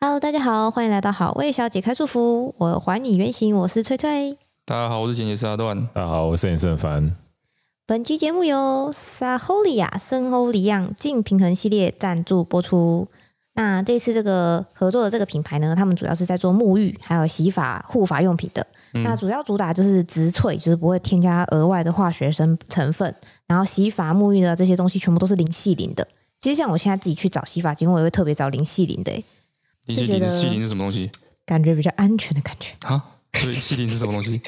Hello，大家好，欢迎来到好味小姐开束缚，我还你原形，我是翠翠。大家好，我是剪辑师阿段。大家好，啊我是严胜凡。本期节目由撒欧利亚圣欧里漾净平衡系列赞助播出。那这次这个合作的这个品牌呢，他们主要是在做沐浴、还有洗发、护发用品的。那主要主打就是植萃，就是不会添加额外的化学生成分。然后洗发、沐浴的这些东西，全部都是零系零的。其实像我现在自己去找洗发精，我也会特别找零系零的、欸，林系就觉林，得系林是什么东西？感觉比较安全的感觉。啊？所以系林是什么东 西？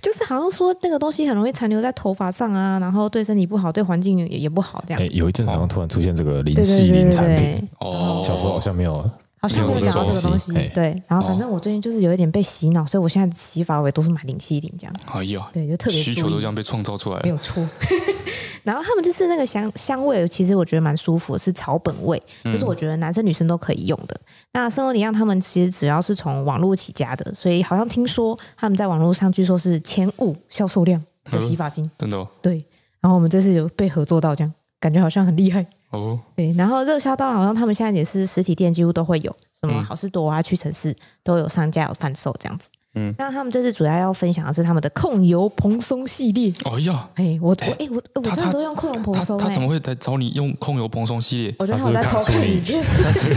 就是好像说那个东西很容易残留在头发上啊，然后对身体不好，对环境也也不好，这样。哎、有一阵子好像突然出现这个对零系对对零对产品，对，哦，小时候好像没有。好像没有讲到这个东西没有这个东西。哎对，然后反哦正我最近就是有一点被洗脑，所以我现在洗发我也都是买零系零这样。嗯哎呀，对，就特别需注求意都这样被创造出来没有了。错。 然后他们这次那个香香味，其实我觉得蛮舒服的，是草本味，嗯就是我觉得男生女生都可以用的。那生活里让他们其实只要是从网络起家的，所以好像听说他们在网络上据说是前五销售量的洗发精，真的哦对。然后我们这次有被合作到，这样感觉好像很厉害。哦，对，然后热销到好像他们现在也是实体店几乎都会有，什么嗯好事多啊、屈臣氏都有上架有贩售这样子。嗯，那他们这次主要要分享的是他们的控油蓬松系列。哦哎呀，哎、我我哎、我我他真的都用控油蓬他松他哎、怎么会来找你用控油蓬松系列？我觉得他我是在偷看出看你影片，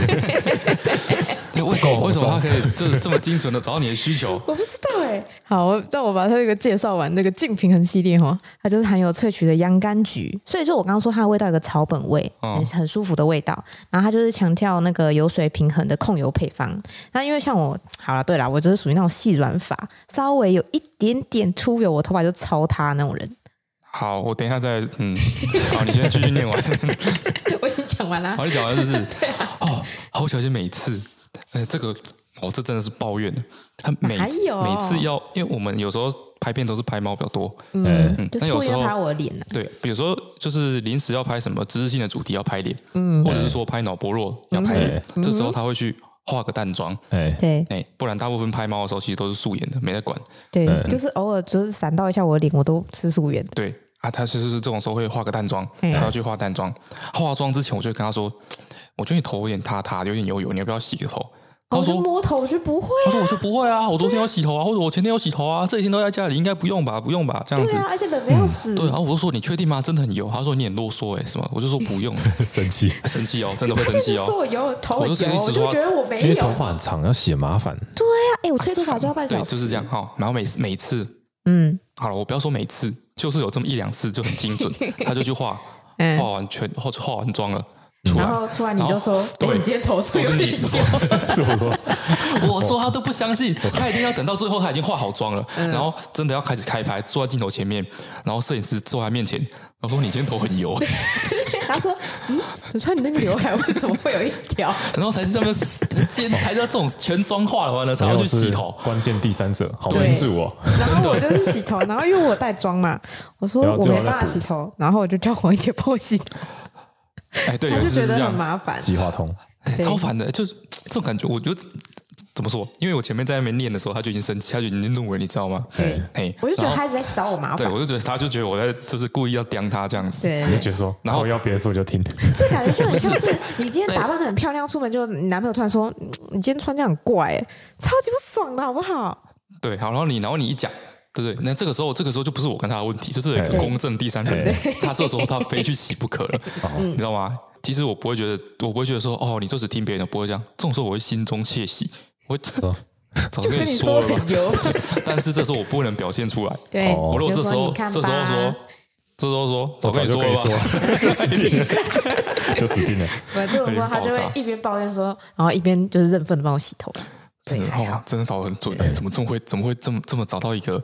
对，哎为什么控为什油蓬松么他可以这这么精准的找到你的需 求？我不知道哎、好，那我把它这个介绍完，那个净平衡系列哈，它就是含有萃取的洋甘菊，所以说我刚刚说它的味道有个草本味，哦很很舒服的味道。然后它就是强调那个油水平衡的控油配方。那因为像我，好了，对啦，我就是属于那种细软发，稍微有一点点出油，我头发就超塌那种人。好，我等一下再嗯，好，你先继续 念完。我已经讲完啦好，，你讲完是不是？啊哦，好小姐每次，哎，这个哦，这真的是抱怨。她每哪有每次要，因为我们有时候拍片都是拍猫比较多，哎、嗯，就那是有故意时候拍我的脸呢、对，有时候就是临时要拍什么知识性的主题要拍脸，嗯或者是说拍脑薄弱要拍脸，这时候他会去化个淡妆，哎、对哎、不然大部分拍猫的时候其实都是素颜的，没在管。对，就是偶尔就是闪到一下我的脸，我都吃素颜。对啊，他就是这种时候会化个淡妆，嗯他要去化淡妆。化妆之前我就会跟他说，我觉得你头有点塌塌，有点油油，你要不要洗个头？他哦我就说。摸头，我就不会啊。他说：“我说不会啊，我昨天有洗头啊，或者我前天有洗头啊，这几天都在家里，应该不用吧，不用吧，哦这样对子。嗯啊，而且冷的要死。对，然后我就说：“你确定吗？真的很油。”他说：“你很啰嗦哎、欸，是吗？”我就说：“ 不用。”生气。生气哦，真的会生气哦。我油头我就是一直说得我因没为头发很长，要洗 麻烦。对啊，哎，我吹头发就要半对小，时，就是这样哈、然后每次每次，嗯，好了，我不要说每次，就是有这么一两次就很精 准，他就去化，嗯化完全化化完妆了，出来然后出来你然后就说，对哎，你今天头是都有是点你油说，是我说， 我说他都不相信，他一定要等到最后他已经化好妆了，嗯然后真的要开始开拍，坐在镜头前面，然后摄影师坐在他面前，然后说你今天头很 油， 他说，嗯，怎穿你那个刘海为什么会有一 条？然后才这么今天才到这种全妆化完了才要去洗头，关键第三者，好对关注哦。然后我就去洗头，然后因为我带妆嘛，我说然后我最没后再办法补洗头，然后我就叫黄一姐帮我洗头，哎，对，他有就时觉得是这很样，麻烦。计划通，对哎超烦的，就是这种感觉，我觉得怎么说？因为我前面在那边念的时候，他就已经生气，他就已经认为你知道吗？哎、嘿，我就觉然得后他一直在找我麻对，烦，我就觉得他就觉得我在就是故意要刁他这样子。对你就觉得说，然后然后要别人说我就听，这感觉就很像 是你今天打扮的很漂亮，出门就你男朋友突然说嗯你今天穿这样很怪、欸，超级不爽的好不好？对，好，然后你然后你一讲，对不对？那这个时候这个时候就不是我跟他的问题，就是有一个对公正第三人，他这时候他非去洗不可 了，你知道吗？其实我不会觉得，我不会觉得说哦，你就只听别人的，不会这样。这种时候我会心中窃喜，我会 早就跟你说了 吧。油， 但是这时候我不能表现出来，对，哦我如果这就时说你候看吧这时候说。这时候说，早我跟早你就说啊跟你了说吧， 了，就死定了， 就死定了。我这 种时候他就有点会爆炸一边抱怨说，然后一边就是认份的帮我洗 头。真的还哦，真的找得很准，怎么这么会，怎么会这么这么找到一 个？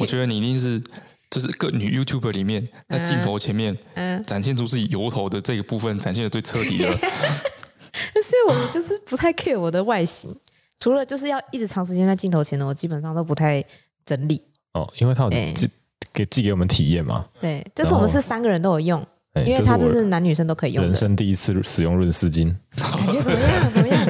我觉得你一定是就是各女 YouTuber 里面，在镜头前面，嗯展现出自己油头的这个部分，展现的最彻底了。但是我就是不太 care 我的外形，除了就是要一直长时间在镜头前的，我基本上都不太整理。哦，因为他有哎寄给寄给我们体验嘛，对，这次我们是三个人都有用，哎因为这它是这我是男女生都可以用人的。生第一次使用润丝巾。 感觉怎么 样？怎么样？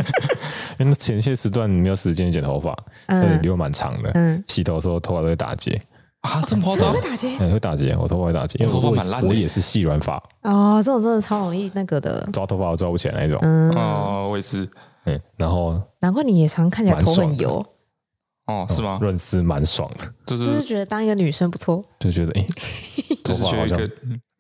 因为前些时段没有时间剪头发，嗯那你留蛮长的，嗯洗头的时候头发都会打结，啊，这么夸怎张么会？打结？哎，会打结，我头发会打结，因为我头发我蛮烂的我也是细软发， 哦，这种真的超容易那个的，抓头发我抓不起来那种。嗯，哦，我也是。嗯，然后难怪你也常看起来蛮头爽很的油，哦，是吗？润丝蛮爽的，就就是是觉得当一个女生不错。就觉得哎，就是头觉得发好一像个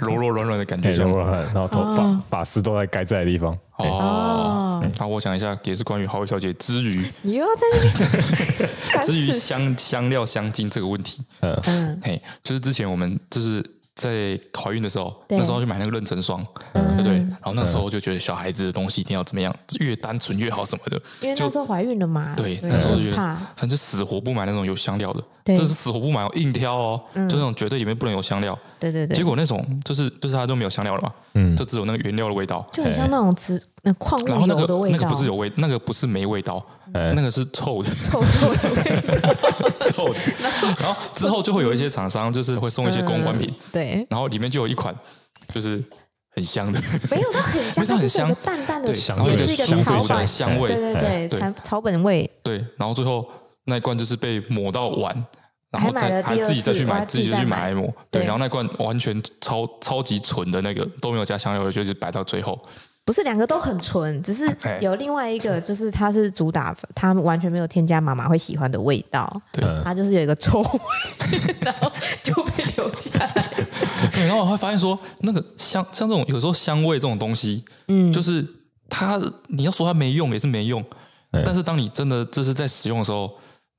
柔柔软软的感哎觉，这柔样软软，然后头哦发发丝都在该在的 地方。哦。那我想一下，也是关于好友小姐之于你又要在那边烦至于死香香料香精这个问题，嗯嘿，就是之前我们就是在怀孕的时候，对嗯那时候去买那个妊娠霜，对不对？然后那时嗯候就觉得小孩子的东西一定要怎么样，越单纯越好什么的。因为就那时候怀孕了嘛，对，那时候就觉得怕，反正死活不买那种有香料的，对这是死活不买，我硬挑哦，就那种绝对里面不能有香料。对对对，结果那种就是就是它都没有香料了嘛，嗯就只有那个原料的味道。就很像那种植那矿物然后那油个的味那道，个不是有味，那个不是没味道，哎那个是臭的。臭臭的味道， 臭的。然后之后就会有一些厂商就是会送一些公关嗯品，对，然后里面就有一款就是很香 的，没有它很香，味道它就很是有香个淡淡的对，香然后有味点是一个舒草服的本香对味，哎对对对草草本味，对。然后最后那一罐就是被抹到完。然后还买再了还第二次自己再去哇买，自自己己就再去买买来抹，对对，然后那罐完全超超级纯的那个都没有加香料，就是摆到 最后，不是两个都很纯，只是哎有另外一个就是它是主打，它完全没有添加妈妈会喜欢的味道，对它就是有一个臭味，然后就被留下来。对，然后我会发现说，那个香像这种有时候香味这种东西，嗯，就是它你要说它没用也是没用，但是当你真的这是在使用的时候，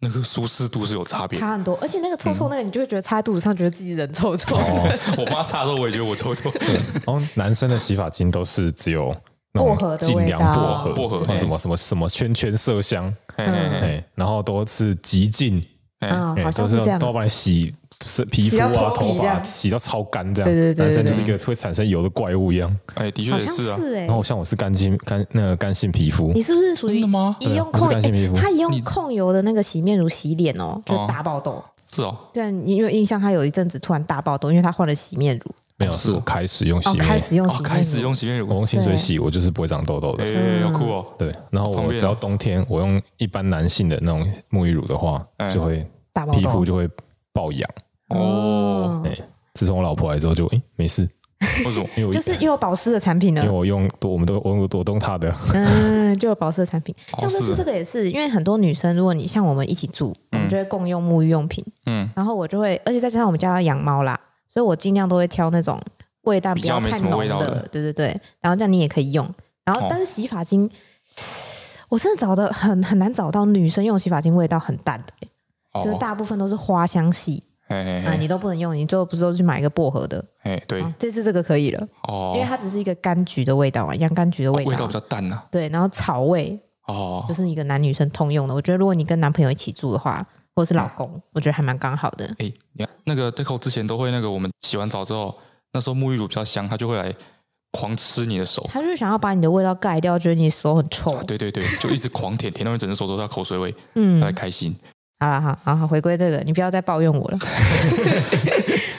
那个舒适度是有差别。 差很多，而且那个臭嗯臭那个，你就会觉得擦在肚子上，觉得自己人臭臭的。 我妈擦的时候，我也觉得我抽抽嗯然哦后男生的洗发精都是只有那薄荷的种尽量味道薄荷、薄荷或什么什么什么圈圈麝香，嘿嘿嘿哎，然后都是极尽，嗯，哎好，都像是是这样都。要把你洗是皮洗肤到啊、脱皮头这发样洗到超干这样。对对对男生对就是一个会产生油的怪物一样。哎，的确好也像是啊。是哎、然后像我是干性干那个干性皮肤你，是不是属于真的吗医用对啊控哎我是干性皮肤他医用控油的那个洗面乳洗脸哦，就是大爆痘。是哦，对啊，你因为印象他有一阵子突然大爆痘，因为他换了洗面乳，没有，是我开始用哦洗，面开乳，始用洗面哦，乳，开始用洗面我乳，用清水对洗，我就是不会长痘痘的。哎，好酷哦，对，然后方我便只要冬天我用一般男性的那种沐浴乳的话，哎就会大爆痘皮肤就会爆痒。哦，哎，自从我老婆来之后就哎没事，为什么？因为我就是又有保湿的产品了因为。我用多我们都我我我用她的， 嗯，就有保湿的产品，哦像这是次这个也是，因为很多女生，如果你像我们一起住，我们就会共用沐浴用品，嗯，然后我就会，而且再加上我们家要养猫啦，所以我尽量都会挑那种味道比较要没太什么浓味道的对对对，然后这样你也可以用，然后哦但是洗发精，我真的找的很很难找到女生用洗发精味道很淡的、欸哦就是，大部分都是花香系哎啊，哎你都不能用，你最后不是都去买一个薄荷的，哎，对，啊这次这个可以了，因为哦，它只是一个柑橘的味道啊，洋柑橘的味道，味道比较淡呐，对，然后草味。哦就，是一个男女生通用的。我觉得如果你跟男朋友一起住的话，或者是老公，我觉得还蛮刚好的。哎，你看那个 Deco 之前都会那个，我们洗完澡之后，那时候沐浴乳比较香，他就会来狂吃你的手，他就是想要把你的味道盖掉，觉得你手很臭。对对对，就一直狂舔，舔到你整只手都是他口水味，哦嗯他，才开心。好了，好好好，回归这个，你不要再抱怨我了。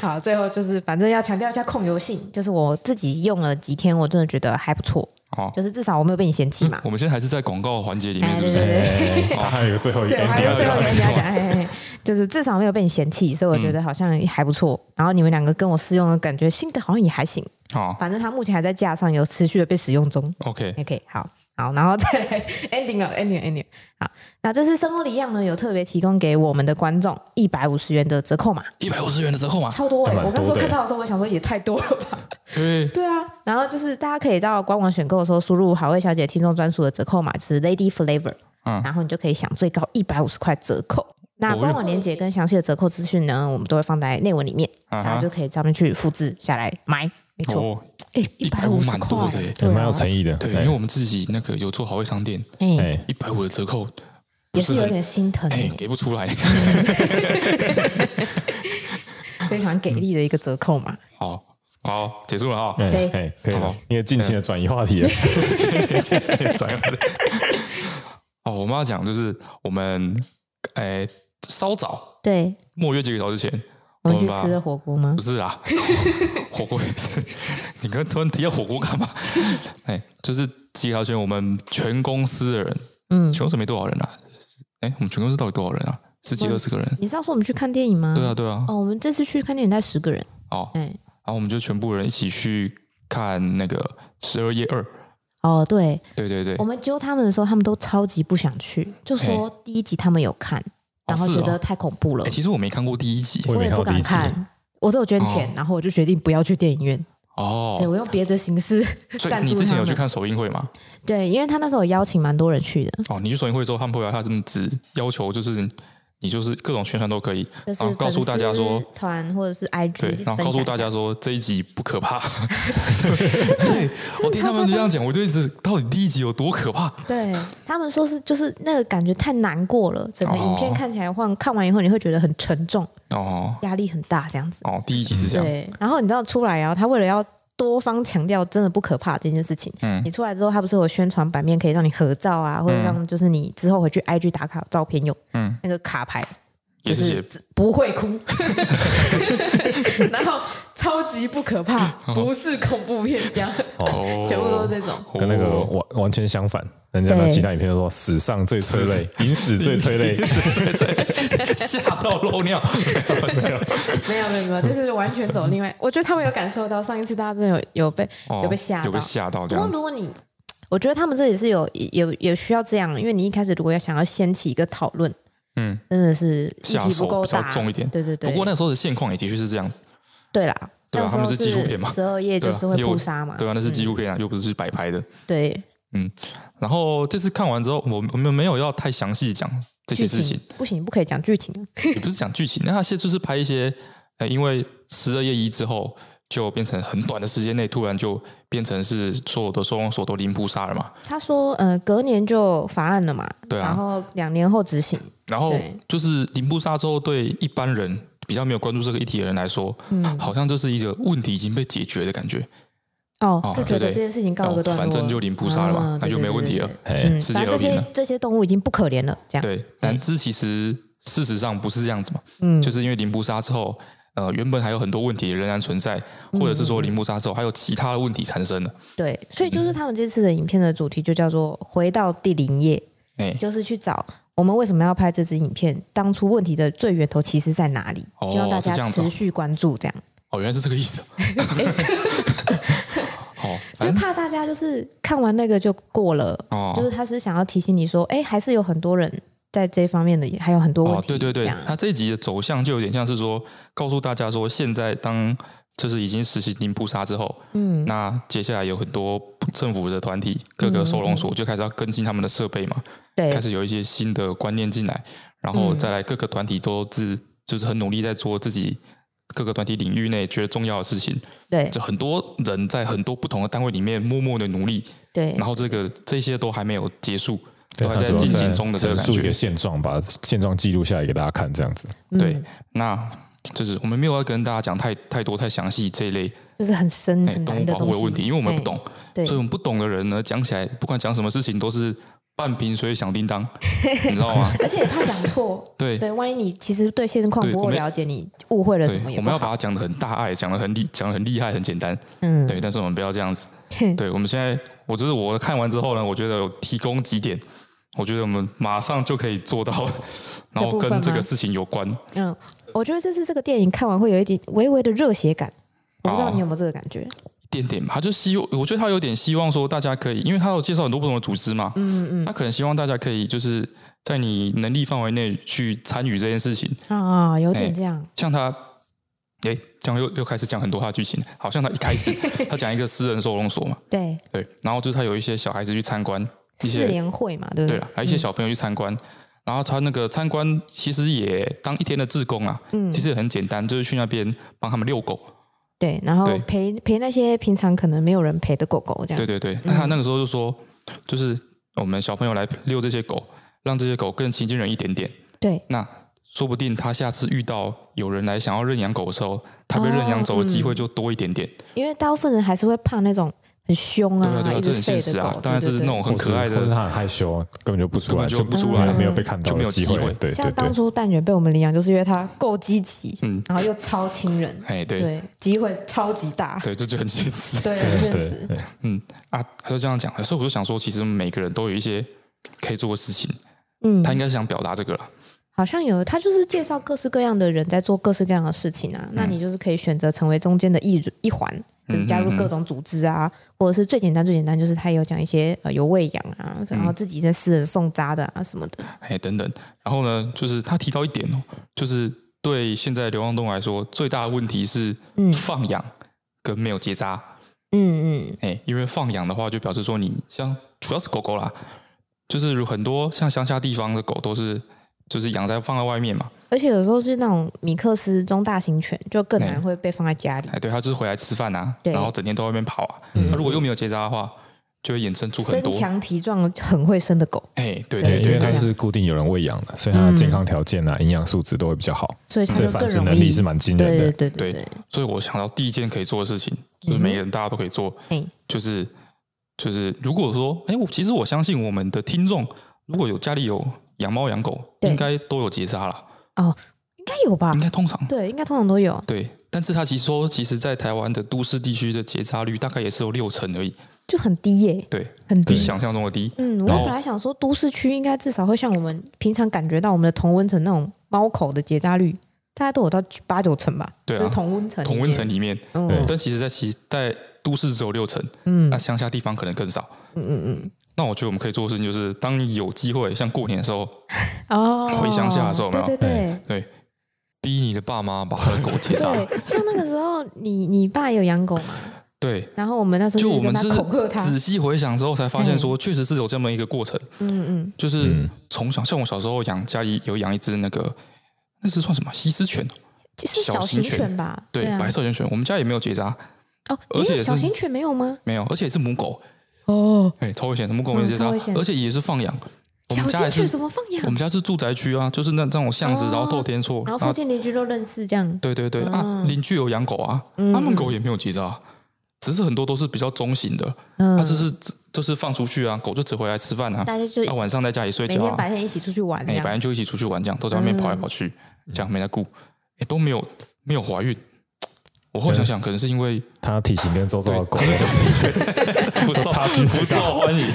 好，最后就是反正要强调一下控油性，就是我自己用了几天，我真的觉得还不错，哦，就是至少我没有被你嫌弃嘛。我们现在还是在广告环节里面，哎是不是？对对哎她还有一个最后一个对，我还 ending 有要最后讲一个你要讲，嘿嘿嘿就是至少没有被你嫌弃，所以我觉得好像还不错。然后你们两个跟我试用的感觉，新的好像也还行，哦反正它目前还在架上，有持续的被使用中。 ，OK， OK，好好，然后再 来 ending 了，ending ending。好，那这次生活里样呢，有特别提供给我们的观众一百五十元的折扣码，一百五十元的折扣嘛，超多哎、还蛮我那时候多的欸看到的时候，我想说也太多了 吧？对，对啊，然后就是大家可以到官网选购的时候，输入好味小姐听众专属的折扣码，就是 Lady Flavor，嗯然后你就可以享最高一百五十块折扣。那哦官网链接跟详细的折扣资讯呢，我们都会放在内文里面，嗯啊哈大家就可以上面去复制下来买。没错，哦，哎、一百五150十蛮块多的耶，对啊蛮有诚意的。对，哎因为我们自己那个有做好味商店，哎，哎一百五的折扣也不是有很点心疼、哎给不出来，非常给力的一个折扣嘛。好好结束了哈，哎对哎，可以了好，因为尽情的转移话题了。哦，我们要讲就是我们哎稍早对，末约几个小时前，我我们们去把吃了火锅吗不？是啊， 火锅也是。你刚突然提到火锅干嘛？ 哎，就是集条圈，我们全公司的人，嗯全公司没多少人啊。哎，我们全公司到底多少人啊？十几嗯二十个人。你上次我们去看电影吗？对啊，。哦对啊。哦，我们这次去看电影带十个人，好，哎，然后我们就全部人一起去看那个十二夜二。哦，对，对对对我，们揪他们的时候，他们都超级不想去，就说第一集他们有看，然后是觉哦得太恐怖了哎，，其实我没看过第一集我也没也看不过敢第一集。看，我都有捐钱哦，然后我就决定不要去电影院，对哦，我用别的形式所 赞以你助之前他有去们看首映会吗？对，因为他那时候有邀请蛮多人去的，哦，你去首映会之后，他们会来，他这么只要求就是你就是各种宣传都可以，就然是后告诉大家说粉丝团或者是 IG，对，然后告诉分享大一下家说这一集不可怕， 所以我听他们这样讲，我就一直到底第一集有多可怕？对他们说是就是那个感觉太难过了，整个影片哦看起来换看完以后你会觉得很沉重，哦压力很大这样子。哦，第一集是这样，对，然后你知道出来啊，他为了要多方强调真的不可怕这件事情，嗯你出来之后他不是有宣传版面可以让你合照啊，或者让就是你之后回去 IG 打卡照片用，嗯那个卡牌也是写只不会哭，然后超级不可 怕，不是恐怖片这样，哦，全部都是这种。 跟那个哦完完全相反。人家那对其他影片都说史上最催泪，影史最催泪，吓到漏尿，没有没有没 有，就是完全走另外。我觉得他们有感受到上一次大家真的有有被、哦有被吓有到被。吓到这不过样如子。果你，我觉得他们这里是有有有需要这样，因为你一开始如果要想要掀起一个讨论，嗯，真的是议下题不手够比较大，重一点对对对。不过那时候的现况也的确是这样子，对啦，对啊他们是纪录片嘛十二页对就啊是会又扑杀嘛，嗯对啊，那是纪录片啊，又不是摆拍的。对然后这次看完之后，我我们没有要太详细讲这些剧事情情，不行，不可以讲剧情。也不是讲剧情，那它现在就是拍一些，呃，因为十二夜一之后就变成很短的时间内，突然就变成是所有的收容所都零扑杀了嘛。他说，呃，隔年就法案了嘛，对啊然后两年后执行，然后对就是零扑杀之后，对一般人比较没有关注这个议题的人来说，嗯好像就是一个问题已经被解决的感觉。哦，哦就觉得对这对件事情告一个段落了，反正就零扑杀了嘛啊，那就没问题。对对对对了对。哎，嗯，世界反正这和平些了这些动物已经不可怜了，这样。 对，但这其实事实上不是这样子嘛，嗯就是因为零扑杀之后，呃，原本还有很多问题仍然存在，或者是嗯说零扑杀之后还有其他的问题产生了，对，所以就是他们这次的影片的主题就叫做“回到第零页哎”，、就是去找我们为什么要拍这支影片，当初问题的最源头其实在哪里，哦希望大家是这样子哦持续关注，这样哦，原来是这个意 思。好，就反正怕大家就是看完那个就过了。哦就是他是想要提醒你说，哎，还是有很多人在这方面的也还有很多问哦，题，对对这对样，他这一集的走向就有点像是说，告诉大家说，现在当就是已经实行零扑杀之后，嗯，那接下来有很多政府的团体、各嗯个收容所就开始要更新他们的设备嘛，对开始有一些新的观念进来，然后嗯再来各个团体都自就是很努力在做自己各个团体领域内觉得重要的事情，对就很多人在很多不同的单位里面默默的努力，对然后这个这些都还没有结束，对都还他在主要进是行中的这个感陈述一觉个。现状，把现状记录下来给大家看，这样子。嗯对，那就是我们没有要跟大家讲太太多太详细这一类就是很深哎很动嗯难物的保东护的西问题，因为我们不懂，哎对所以我们不懂的人呢，讲起来不管讲什么事情都是半瓶水响 叮当，你知道吗？ 而且也怕讲错，对对，万一你其实对现况对不我够们了解，你误会了什对么，也我不们要好。把它讲的很大爱，讲的很厉，讲的很厉害，很简单，嗯， 对。但是我们不要这样子，对。我们现在，我就是我看完之后呢，我觉得有提供几点，我觉得我们马上就可以做 到，然后部分吗跟这个事情有关。嗯，我觉得这次这个电影看完会有一点微微的热血感，我不知道哦你有没有这个感觉？点点吧，他就希望，我觉得他有点希望说，大家可以，因为他有介绍很多不同的组织嘛，嗯嗯，他可能希望大家可以就是在你能力范围内去参与这件事情。啊，有哎点这样，像他，诶，这样又又开始讲很多他的剧情，好像他一开 始他讲一个私人收容所嘛，对，对，然后就是他有一些小孩子去参观，四一些联会嘛，对嗯不对了，还有一些小朋友去参观。然后他那个参观其实也当一天的志工啊，嗯，其实也很简单，就是去那边帮他们遛狗，对，然后对陪陪那些平常可能没有人陪的狗狗，这对样，对对，那他那个时候就说，就是我们小朋友来遛这些狗，让这些狗更亲近人一点点。对，那说不定他下次遇到有人来想要认养狗的时候，他被认养走的机会就多一点点。因为大部分人还是会怕那种很凶对啊对啊，嗯一直这很吠现实的啊狗，，当然是那。对对对种很可爱或是或是的。他很害羞，根本就不出来，根本就不出来就没有被看到，就没有机机会对对像当对，初蛋卷被我们领养，就是因为它够积极，嗯然后又超亲人，哎，对对，机会超级大，对，这就很现实对，很现对实，对，嗯啊。他就这样讲，所以我就想说，其实每个人都有一些可以做的事情，嗯他应该是想表达这个了。好像有，他就是介绍各式各样的人在做各式各样的事情啊。那你就是可以选择成为中间的一人一环，就是加入各种组织啊，或者是最简单最简单就是他有讲一些呃有喂养啊，然后自己在私人送渣的啊什么的。哎等等。然后呢，就是他提到一点哦，就是对现在流浪动物来说，最大的问题是放养跟没有结扎。嗯嗯，哎，因为放养的话，就表示说你像主要是狗狗啦，就是有很多像乡下地方的狗都是就是养在放在外面嘛，而且有时候是那种米克斯中大型犬，就更难对会被放在家里。哎，对，它就是回来吃饭啊，对然后整天都在外面跑啊，那、嗯如果又没有结扎的话，就会衍生出很身多，强体壮、很会生的狗，哎，对对对因为对这它样对，是固定有人喂养的，所以它的健康条件啊、营养素质都会比较好，所以它所以就嗯繁更殖容能力易。是蛮惊对人对的。对对对对，所以我想到第一件可以做的事情，嗯就是每个人大家都可以做，哎，就是就是如果说，哎，我其实我相信我们的听众，如果有家里有养猫养狗，对啊应该都有结扎啦，应该有吧应？该通常。对，应该通常都有。对，但是他其实说，其实，在台湾的都市地区的结扎率大概也是有六成而已，就很低耶、对，很比低。想象中的低。嗯，我然后本来想说都市区应该至少会像我们平常感觉到我们的同温层那种猫口的结扎率，大家都有到九八九成吧？对啊就是同温层里面，同温层里面，嗯但其实在其在都市只有六成，嗯那乡下地方可能更少。嗯嗯那我觉得我们可以做的事情就是，当你有机会，像过年的时候，嗯，哦，回乡下的时候有没有对对对。对，逼你的爸妈把他的狗结扎，对，像那个时候，你你爸有养狗嘛？对。然后我们那时候就我是跟们他是恐吓他，仔细回想之后才发现，说确实是有这么一个过程，嗯嗯，就是从小像我小时候养家里有养一只那个那是算什么西施犬，就是小小型型犬犬吧？对，啊白，色犬犬，我们家也没有结扎，哦，而且没有小是型犬没有吗？没有，而且也是母狗，哦，哎、超危险！什么狗没嗯结扎超危险，而且也是放养。我小们家型也犬是怎，么放我养？们家是住宅区啊，就是那那种巷子，哦然后透天厝，然然后附后近邻居都认识这样，对对对嗯啊，邻居有养狗啊，他们狗也没有结扎，只是很多都是比较中型的，嗯它就是就是放出去啊，狗就只回来吃饭啊，大家就啊晚上在家里睡每觉天啊，白天一起出去玩这哎白样。嗯天就一起出去玩，这样都在外面跑来跑去，这样没在顾，哎都没有没有怀孕。我后来想想，可能是因为它体型跟周遭的狗对它是小型犬 不受差距不受欢 迎，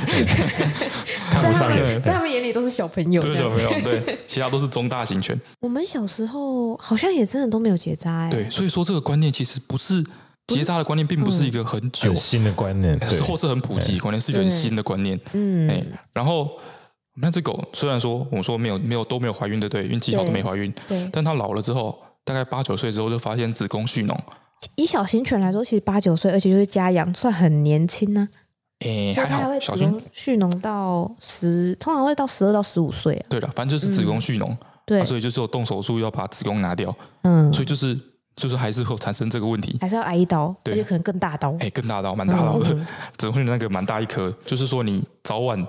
看在不他上眼，们在他们眼里都是小朋友。对小朋友，对，其他都是中大型犬。我们小时候好像也真的都没有结扎哎、对，所以说这个观念其实不是结扎的观念，并不嗯是一个很久有，新的观念，对，或是很普及的观念，是一个很新的观念。嗯，哎，然后那只狗虽然说我们说没有没有都没有怀孕，对不对？运气好都对没怀孕，对。但它老了之后，大概八九岁之后就发现子宫蓄脓，以小型犬来说，其实八九岁，而且就是家养，算很年轻呢、哎，所以还它好会小子心。宫蓄脓到十，通常会到十二到十五岁啊。对了，反正就是子宫蓄脓，对啊，所以就是有动手术要把子宫拿掉，嗯，所以就是就是还是会产生这个问题。还是要挨一刀，而对且可能更大刀。嗯哎，更大刀，蛮大刀的， 子宫蓄脓那个蛮大一颗，就是说你早晚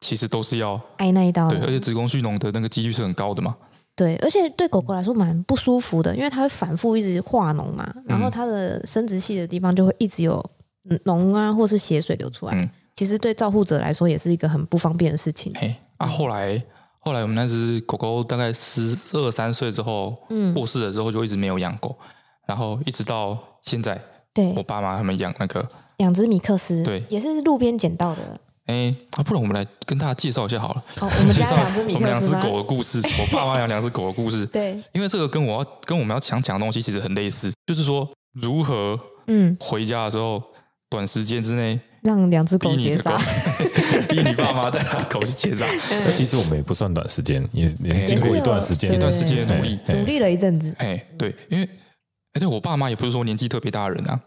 其实都是要挨那一刀对，而且子宫蓄脓的那个几率是很高的嘛。对，而且对狗狗来说蛮不舒服的，因为它会反复一直化脓嘛，然嗯后它的生殖器的地方就会一直有嗯脓啊，或是血水流出来。嗯其实对照护者来说也是一个很不方便的事情。嘿，啊，后来后来我们那只狗狗大概十二三岁之后，嗯，过世了之后就一直没有养狗，然后一直到现在，我对，爸妈他们养那个，两只米克斯，对也是路边捡到 的。哎、啊，不然我们来跟大家介绍一下好了，哦，我们介家绍两只我米们两克只斯吗？狗的故事，我爸妈养两只狗的故事，对，因为这个跟我要跟我们要想讲的东西其实很类似，就是说如何嗯，回家的时候短时间之内让两只狗逼你结的狗扎，， 逼你爸妈带他的狗去结 扎，那其实我们也不算短时间，也也经过一段时间，也是有一段时间的努对力。哎努力了一阵子。哎、对，因为而且我爸妈也不是说年纪特别大的人啊，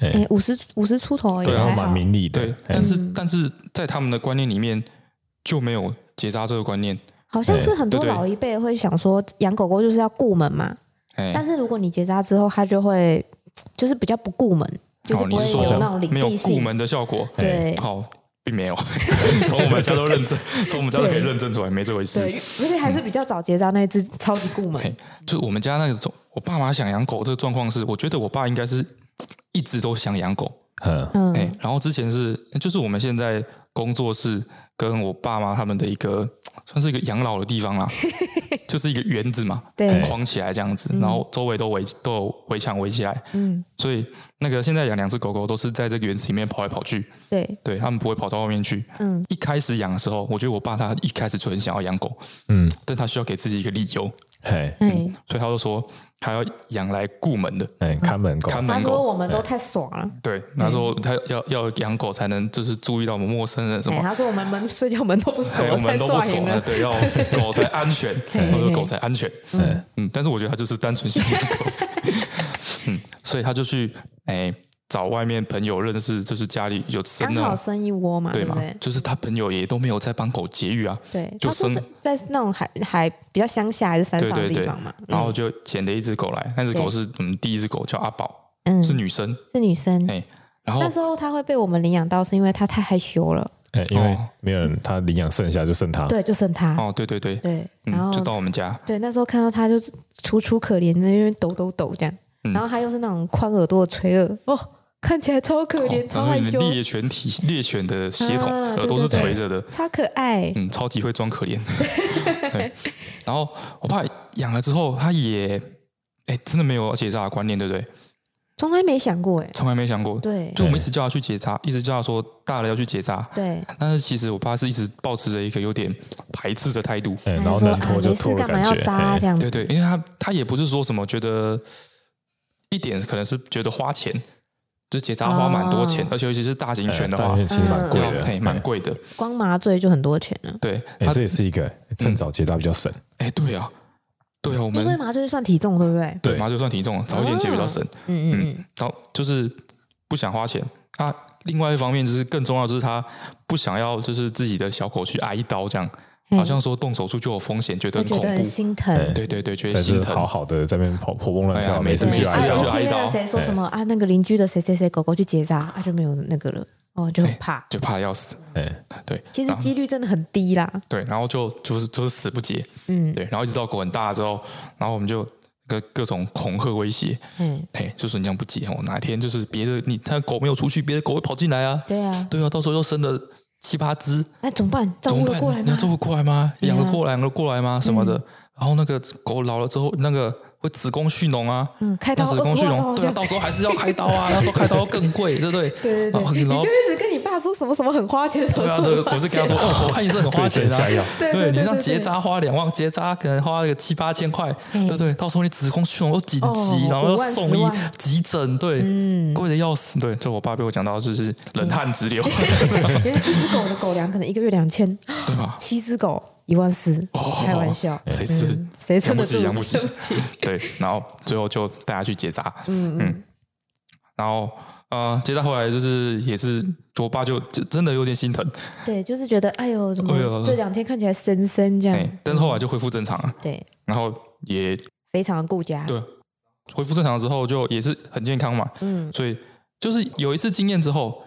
哎，五十五十出头也对啊然后还蛮好。明理的对，，哎但是、但是在他们的观念里面就没有结扎这个观念，好像是很多对对老一辈会想说，养狗狗就是要顾门嘛，哎、但是如果你结扎之后，它就会就是比较不顾门，就是好，不哦你会是说那种领没有地顾性。门的哎效果？对好，并没有，从我们家都认证，从我们家都可以认证出来，没这回事。对，而且还是比较早结扎那一只超级顾门哦哎、。就我们家那种，我爸妈想养狗这个状况是，我觉得我爸应该是一直都想养狗，嗯，嗯哎、，然后之前是就是我们现在工作室跟我爸妈他们的一个算是一个养老的地方 啦，就是一个园子嘛，对框起来这样子，然嗯后周围都围都有围墙围起来，嗯，所以那个现在养两只狗狗都是在这个园子里面跑来跑去，对，对他们不会跑到外面去。嗯，一开始养的时候，我觉得我爸他一开始就很想要养狗，嗯，但他需要给自己一个理由，嘿，哎，所以他就说他要养来顾门的，嗯哎，看门狗，看哦他门说狗。我们都太爽了，对，他说他要要养狗才能就是注意到我们陌生人什哎，么，他说我们门睡觉门都不锁对，，哎我们太都不爽爽了，了，对，要狗才安全， 嘿我说狗才安全，嗯嗯，但是我觉得他就是单纯想养 狗，嗯，所以他就去哎找外面朋友认识，就是家里有生刚那好种生一窝嘛，对不嘛对，？就是他朋友也都没有在帮狗节育啊，对，就他说生在那种海海比较乡下还是山对上对的地对方嘛，，嗯然后就捡了一只狗来，那只对狗是我们第一只狗叫阿宝，嗯，是女生，是女生。哎，然后那时候她会被我们领养到，是因为她太害羞了，哎，因为哦没有人，他领养剩下就剩他，对，就剩她，哦，对对对，对，然嗯，后就到我们家，对，那时候看到她就是楚楚可怜的，因为抖抖抖这样，嗯然后她又是那种宽耳朵的垂耳，哦，看起来超可哦怜，超然后害你羞们，猎犬体猎犬的血统啊耳朵是对对对垂着的，超可爱，嗯，超级会装可怜。 对，然后我爸养了之后，他也哎、真的没有结扎的观念，对不对？从来没想过哎，从来没想过。对就我们一直叫他去结扎，一直叫他说大了要去结扎，对，但是其实我爸是一直保持着一个有点排斥的态度。哎，她然就后说能啊拖没就事拖的干嘛感要觉，扎啊哎这样子，对对，因为他他也不是说什么觉得一点可能是觉得花钱，就结扎花蛮多钱，哦而且尤其是大型犬的话，哎嗯但其实蛮啊贵要的，嘿蛮嗯贵的。光麻醉就很多钱了，对，哎，他这也是一个趁早结扎比较省，哎、对啊，对啊，我因为们麻醉算体重对不对？对麻醉算体重了，早一点结比较省。嗯嗯嗯，然后就是不想花钱啊。另外一方面就是更重要，就是他不想要就是自己的小狗去挨一刀这样，嘿好像说动手术就有风险，觉得我嗯很觉恐得很怖。哎心疼，对对对，觉得但心是疼好。好的在那边跑活蹦乱哎呀跳，没没事事去对，挨挨啊，刀就我刀挨，听那刀哎个谁说什么啊？那个邻居的谁谁谁狗狗去结扎，啊就没有那个了，哦，就很哎怕。就怕的要死，哎，对，其实然后几率真的很低啦，对，然后就就是就是死不结，嗯对，然后一直到狗很大之后，然后我们就各各种恐吓威胁，嗯，哎，就是你这样不结哦，哪天就是别的你他狗没有出去，别的狗会跑进来啊，对啊，对啊，到时候又生了七八只，那怎么办？照怎顾么得办？过来你吗嗯要？照顾过来吗？对啊养得过来，养得过来吗？什么的。然后那个狗老了之后，那个会子宫蓄脓啊，嗯开那刀子宫蓄20万哦脓，对对啊，到时候还是要开刀 啊，那时候开刀更贵，对不对？对对然后对，你然就后一直跟你爸说什么什么很花钱，什么对啊，什么对很，花我是跟他 说，钱哦，我看医生很花钱对症下药啊，对对对你对像对结扎花两万，结扎可能花了个七八千块，嗯对不对？到时候你子宫蓄脓又紧急，哦然后要五万送十医万嗯急诊，对，贵的要死，对，就我爸被我讲到就是冷汗 直流，原来一只狗的狗粮可能一个月两千，对吧？哦七只狗一万四，开玩笑，谁吃嗯 谁撑得住？养不起养对不起， 对，然后最后就带他去结扎，嗯嗯，然后呃，结扎后来就是也是我爸就就真的有点心疼， 对，就是觉得哎呦，怎哎呦么这两天看起来深深这哎、样？但是后来就恢复正常了，对，然后也非常的顾家，对恢复正常之后就也是很健康嘛，嗯，所以就是有一次经验之后，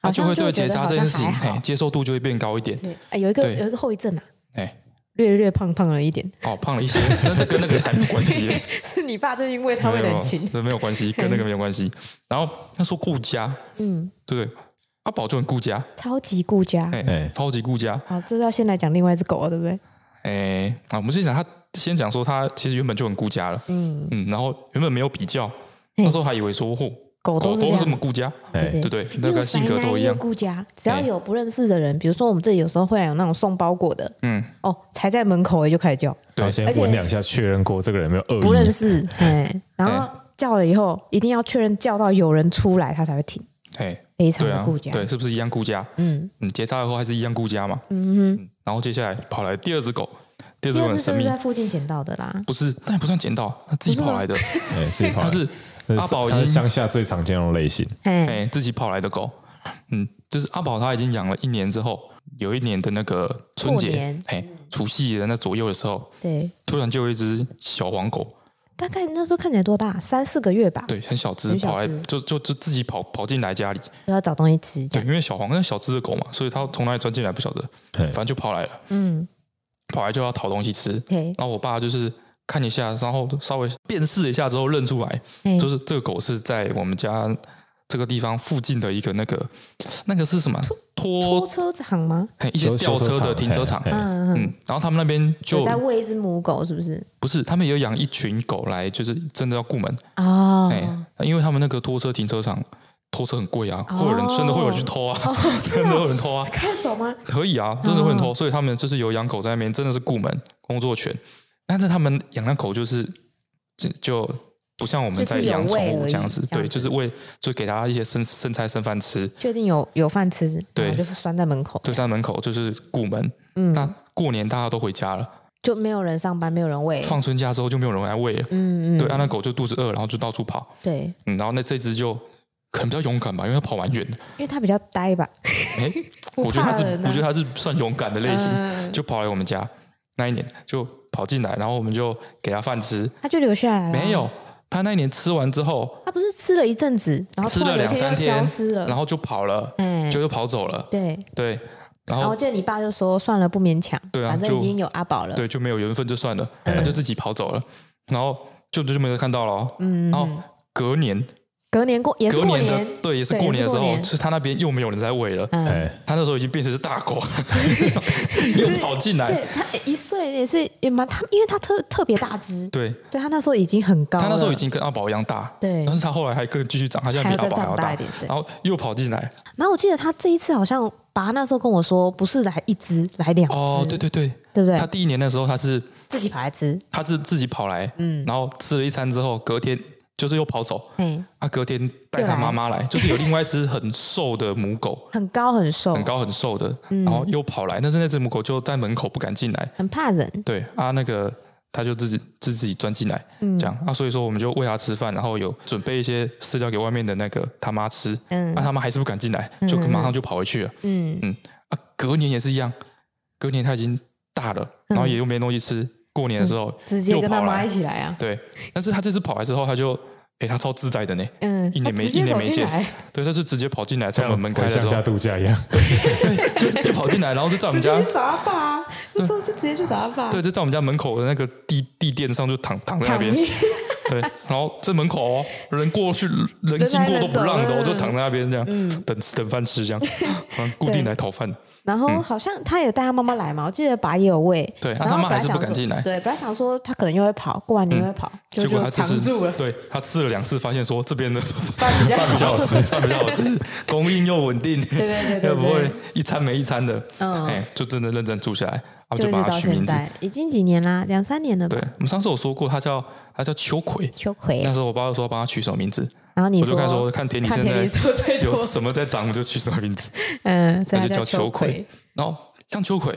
他好像会就对会觉结得扎好这件像事情，还哎、好接受度就会变高一点，对，哎，有一个对有一个后遗症啊，哎、略略胖胖了一点， 哦，胖了一些， 但这跟那个才没有关系。是你爸最近为他为没有人情，这没有 关系，跟那个没有关系。然后他说顾家，嗯，对不对？阿宝就很顾家，超级顾家。哎、哎超级顾家，好，这要先来讲另外一只狗啊，对不对？哎，啊，我们先讲他，先讲说他其实原本就很顾家了，嗯，嗯，然后原本没有比较，嘿那时候还以为说，嚯，狗都狗是这都这么样。顾家，哎对对不对？那个性格都一又样，顾家，只要有不认识的人，比如说我们这里有时候会有那种送包裹的，嗯，哎哦，才在门口也就开始叫，然对后先而且闻两下确认过这个人有没有恶意，不认识，哎，然后叫了以后，一定要确认叫到有人出来，他才会停，哎，非常对的啊顾，家。对，是不是一样顾家？嗯，嗯，结扎以后还是一样顾家嘛，嗯哼。然后接下来跑来第二只狗，第二只第狗二很只神就是秘在，附近捡到的啦，不是，那也不算捡到，他自己不是跑吗来的，哎， 自己跑他来，是那阿是宝他已是经乡下最常见的类型，哎，哎自己跑来的狗，嗯，就是阿宝他已经养了一年之后，有一年的那个春过节年，哎，除夕的那左右的时候，对，突然就有一只小黄狗，大概那时候看起来多大，三四个月吧，对，很小只很小跑来，只就就就自己跑跑进来家里，就要找东西吃，这对，样，因为小黄那小只的狗嘛，所以它从哪里钻进来不晓得，对反正就跑来了，嗯跑来就要讨东西吃。 ，OK，然后我爸就是看一下，然后稍微辨识一下之后认出来，哎就是这个狗是在我们家这个地方附近的一个那个那个是什么？拖拖车厂吗？嘿哎一些修吊修车车的厂停车嘿场，嘿嗯嗯，嗯，然后他们那边有就在喂一只母狗，是不是？不是，他们也有养一群狗来，就是真的要顾门，哦，哎、因为他们那个拖车停车场拖车很贵啊，哦会有人真的会有人去偷 啊，真的会有人偷啊，开得走吗？可以啊，真的会很嗯偷，所以他们就是有养狗在那边，真的是顾门工作犬，但是他们养那狗就是就就不像我们在养宠物这样子，就是有喂而已对，就是喂，就给它一些剩剩菜剩饭吃，确定有有饭吃，对然后就是拴在门口，对，在门口就是顾门。嗯，那过年大家都回家了，就没有人上班，没有人喂，放春假之后就没有人来喂了，嗯嗯，对，啊，那狗就肚子饿，然后就到处跑，对，嗯，然后那这只就可能比较勇敢吧，因为它跑蛮远的，因为它比较呆吧，哎， 不我觉得怕它是，人啊我觉得它是算勇敢的类型，嗯就跑来我们家那一年就跑进来，然后我们就给它饭吃，它就留下来了。没，有，它那一年吃完之后它不是吃了一阵子，然后吃突然了有一两三就消天失，了然。后就跑了，嗯就又跑走了，对，对，然然后后我记得你爸就说算了，不勉强，哦对啊反正就已经有阿宝了。对就没有缘分就算了，嗯它就自己跑走了，然后就就没有看到了哦，然后隔年隔年过嗯也是隔过的对也是过年对也是的时过候，年是它那边又没有人在喂了。嗯，哎，它那时候已经变成是大 狗，又跑进来。对他一岁也是也蛮他，因为他特特别大只，对，所以他那时候已经很高了，它那时候已经跟阿宝一样大，对但是它后来还更继续长，它现在比阿宝还还要要再长大一点对然后又跑进来。然后我记得他这一次好像爸那时候跟我说，不是来一只，来两只，哦，对对对，对不它对？第一年的时候，它是自己跑来吃，它是自己跑来，嗯，然后吃了一餐之后，隔天就是又跑走。哎，它隔天带它妈妈来，就是有另外一只很瘦的母 狗，很高很瘦，很高很瘦的，嗯然后又跑来，但是那只母狗就在门口不敢进来。很怕人，对啊，那个它就自己自自己钻进来，嗯这样啊，所以说我们就喂它吃饭，然后有准备一些饲料给外面的那个他妈吃，啊嗯那、他妈还是不敢进来，就马上就跑回去了。嗯，啊，隔年也是一样，隔年他已经大了，然后也又没东西吃，过年的时候、嗯直接又跟他跑妈一来，起来啊，对，但是他这次跑来之后，他就。哎、他超自在的呢，嗯，一年没他直接一年没走进见来， 对，他就直接跑进来，从我们门开回的时乡候下度假一样，就就跑进来，然后就在我们直家接去找他爸啊，那时候就直接去找他爸，对，就在我们家门口的那个地地垫上就躺躺在那躺边，嗯屁，对，然后这门口哦，人过去人经过都不让人来的哦，人走嗯我就躺在那边这样，等等饭吃 这样，嗯固定来讨饭。然后好像他也带他妈妈来嘛，我记得爸也有喂，对然啊后他妈本来还是不想敢说进来嗯对，本来想说他可能又会跑，过完年又会跑，就结果就他就藏是住了，对他吃了两次，发现说这 边的饭饭比较比较少好吃， 饭比较好吃，供应又稳定，对 对对对又不对会一餐没一餐的，嗯哎，就真的认真住下来，我就一们就直帮到他取现名字。在，已经几年啦，两三年了吧对，，我们上次有说过，他叫他叫秋葵，秋葵那，时候我爸说帮他取什么名字，然后你我就看说看田里看现田里在说最多有，什么在长，我就取什么 名字。嗯，所以它那就叫秋秋葵。然后像秋葵，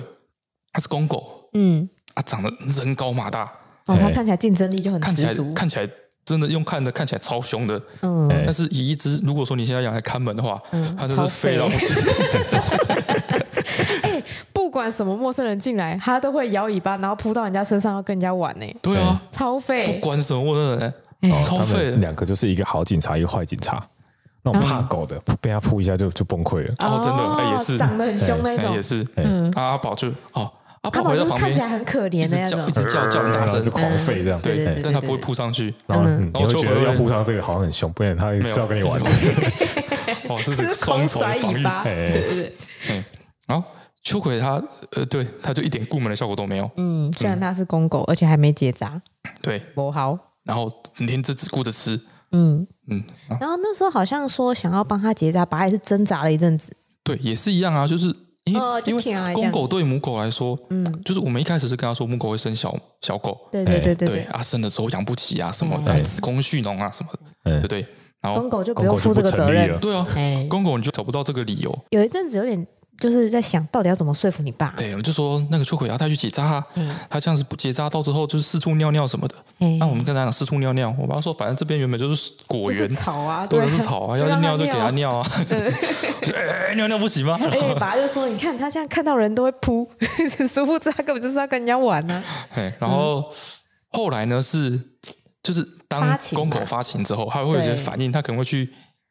它是公狗，嗯，它啊长得人高马大，嗯哦，它哎看起来竞争力就很看起十来足，看起来真的用看的看起来超凶的。嗯，哎但是以一只如果说你现在养来看门的话，嗯它真超是废到废不行。 哎不管什么陌生人进来，他都会摇尾巴，然后扑到人家身上，要跟人家玩呢、哎对啊，超不废。 管什么陌生人，哎哎哦超他们废的两个就是一个好警察，一个坏警察，那嗯种怕狗的被他扑一下就就崩溃啊了。哦，真的哎也是，长得很凶那哎种嗯也，是。啊阿宝就哦，阿阿宝宝回就到是旁看起边来很可一怜的直那叫种一，直叫叫很大然后声就，嗯狂吠这样，哎对对对对，但它不会扑上去。然后嗯嗯你然后会秋觉葵得会要扑上这个好像很凶，不然他也是要跟你玩的。哦，这 就是是双狂重甩防 尾御。巴。哎对对对，嗯，然后秋葵它呃，对，它就一点顾门的效果都没有。嗯，虽然它是公狗，而且还没结扎，对，啊不好，然后整天就只顾着吃，嗯。嗯，啊然后那时候好像说想要帮他结扎，爸也是挣扎了一阵子，对，也是一样啊，就是因为、哦就因舔啊为这样公狗对母狗来说，嗯，就是我们一开始是跟他说母狗会生小小狗，对对对哎对对，嗯啊，生了之后养不起啊，什么哎啊子宫蓄脓啊什么的，嗯对不对？然公后狗就不公用狗就负这不个责成立任了。。对啊，哎，公狗你就找不到这个理由，有一阵子有点就是在想到底要怎么说服你 爸，对，我就说那个秋葵要带去结扎、啊，嗯他这样子不结扎到之后就是四处尿尿什么的，哎那我们跟他讲四处尿尿，我爸说反正这边原本就是果就是园。草啊，多对的啊， 是草啊，就要是让尿就给尿他。尿啊，就哎尿尿不行吗？哎，爸就说：“你看他现在看到人都会 扑，殊不知他根本就是要跟人家玩啊呢、嘿，然后后来呢是，就是发当情公嘛狗发情之后，它会有一些对反应，它可能会去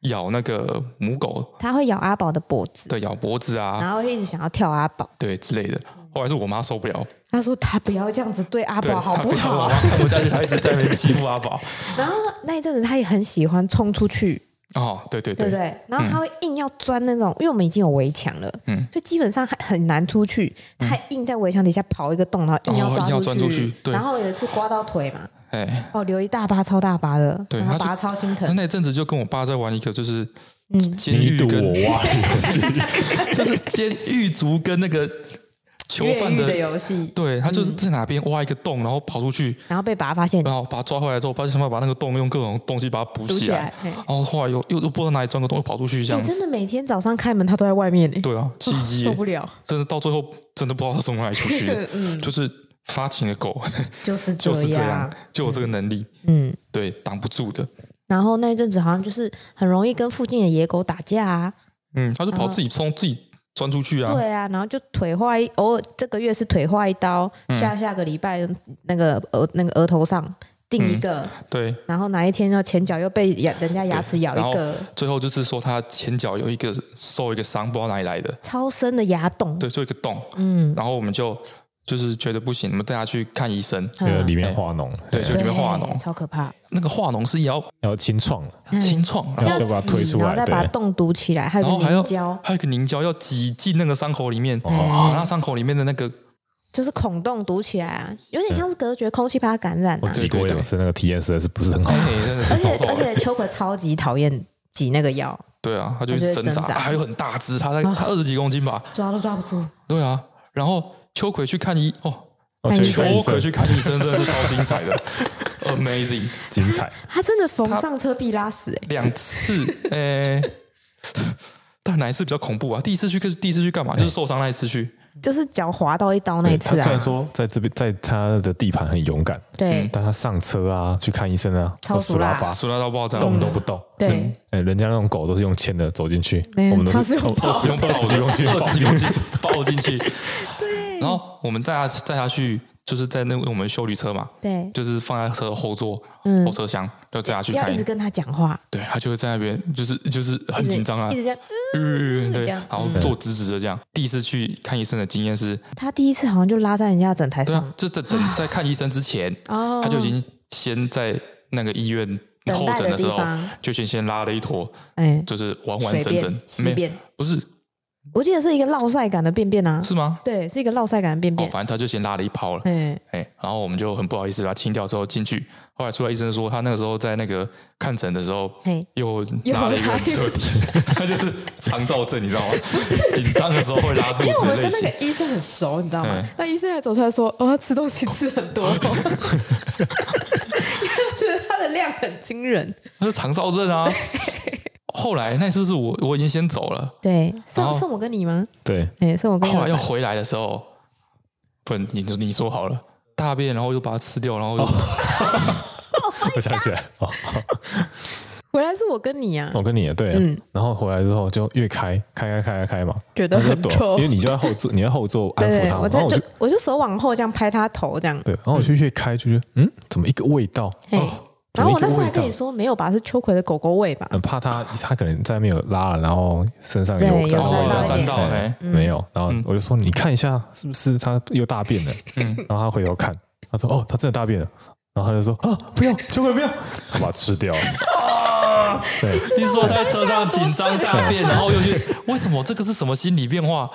咬那个母狗，它会咬阿宝的脖子，对，咬脖子啊，然后一直想要跳阿宝。对之类的。后来是我妈受不了，他说他不要这样子对嗯阿对，宝好她不不好我妈？看不下去，她一直在那边欺负阿宝。然后那一阵子他也很喜欢冲出去哦，对对对不对？然后他会硬要钻那种，因为我们已经有围墙了，嗯所以基本上还很难出去。他还硬在围墙底下刨一个洞，然后硬哦硬要要钻钻出出去对然后有一次刮到腿嘛，哎，哦，留一大疤，超大疤的，对然后他是拔超心那嗯疼。那阵子就跟我爸在玩一个，就是监你狱赌跟 我挖，就是监狱卒跟那个囚越犯狱的的嗯游戏，对他就是在哪边挖一个洞，然后跑出去，然后被爸发现，然后把他抓回来之后，他就想办法把那个洞用各种东西把它补读起起来来，，嘿然后后来又又又不知道哪里钻个洞，又跑出去这样你真子。的每天早上开门，他都在外面 呢。对啊，奇迹受不了，真的到最后真的不知道他从哪里出去的， 就是发情的狗嗯就是这就是这样样，，就有这个能力，嗯。对，挡不住的。然后那一阵子好像就是很容易跟附近的野狗打架啊，嗯，他就跑自己冲自己钻出去啊，对啊，然后就腿划一，偶尔这个月是腿划一刀，嗯下下个礼拜那个额那个额头上定一个，对，然后哪一天要前脚又被牙人家牙齿咬然一后个最后就是说他前脚有一个受一个伤，不知道哪里来的，超深的牙洞，对，就一个洞，嗯，然后我们就就是觉得不行，我们带他去看医生，呃， 嗯里面化脓，对，就对里面化脓，超可怕，那个化脓是要然后清创，清创，然后要把它挤推出来然后再把对洞堵起来，嗯还然有一后个还要凝胶，嗯还有一个凝胶要挤进那个伤口里面，哦把那伤口里面的那个就是孔洞堵起来啊，有点像是隔绝空气怕它感染我啊，挤过一两次，那个体验实在是不是很好哎。，真的是而且糟透而了，且秋葵超级讨厌挤那个药，对啊，他就一直它就会挣扎，挣扎啊还有很大只，他在他二十几公斤吧，抓都抓不住。对啊，然后秋葵去看医哦。哦，哎所以秋看医生葵去看医生真的是超 精彩的，amazing！精彩，他真的逢上车必拉屎哎、两次， 呃、但哪一次比较恐怖啊？第一次去跟第一次去干嘛？哎就是受伤那一次去，就是脚划到一刀 那一对他次虽啊然，说嗯在这边在他的地盘很勇敢，嗯对、但他上车啊，去看医生啊，超都俗死拉辣巴，熟辣到爆炸，动都不动。对，哎、人家那种狗都是用牵的走进去，嗯我们它都是是用抱二十用抱二十公斤，二十几公斤抱进 去。对。然后我们带他带他去，就是在那个我们修理车嘛，对，就是放在车后座、嗯后车厢，就带他去要看一直。跟他讲话，对他就会在那边，就是就是很一直紧张啊一，直这样。嗯，对，这样然后坐直直的这样。第一次去看医生的经验是，他第一次好像就拉在人家的枕台对上啊，，就在等在看医生之前，哦他就已经先在那个医院等候待诊的的时地候方，就先先拉了一坨，哎、就是完随完整整便，没随有便，不是我记得是一个落晒感的便便啊，是吗？对，是一个落晒感的便哦，便，反正他就先拉了一泡了，哎、哎，然后我们就很不好意思把它清掉之后进去，后来出来医生说他那个时候在那个看诊的时候嘿又拉了一个很彻底，他就是肠燥症，你知道吗？紧张的时候会拉肚因为我子们类跟那型，个医生很熟，你知道吗嗯？那医生还走出来说：“哦，他吃东西吃很多，因为他觉得他的量很惊人。那是肠燥症啊。后来那次是我我已经先走了，对，然送后送我跟你吗？对，哎、送我跟你后来要吗，回来的时候，不，你就你说好了，大便，然后就把它吃掉，然后又、我想 起来哦，回来是我跟你哦啊，我哦跟你也对、然后回来之后就越开开开开开开嘛，觉得然后就很躲臭因为你就在后座，你在后座安抚对，他嘛，我然后就我就就我就手往后这样拍他头这样，对，然后我就越开就觉得嗯，怎么一个味道，嘿哦然后我那时候还怎么跟一个味道你说没有吧，是秋葵的狗狗味吧？嗯很怕他他可能在那边有拉了，然后身上对有沾有沾到嗯一点到，哎没有，然后我就说你看一下是不是他又大便了，然后他回头看，他说哦，他真的大便了。然后他就说啊，不要，千万不要，他把它吃掉了。对， 你说他在车上紧张大便，然后又去，为什么这个是什么心理变化？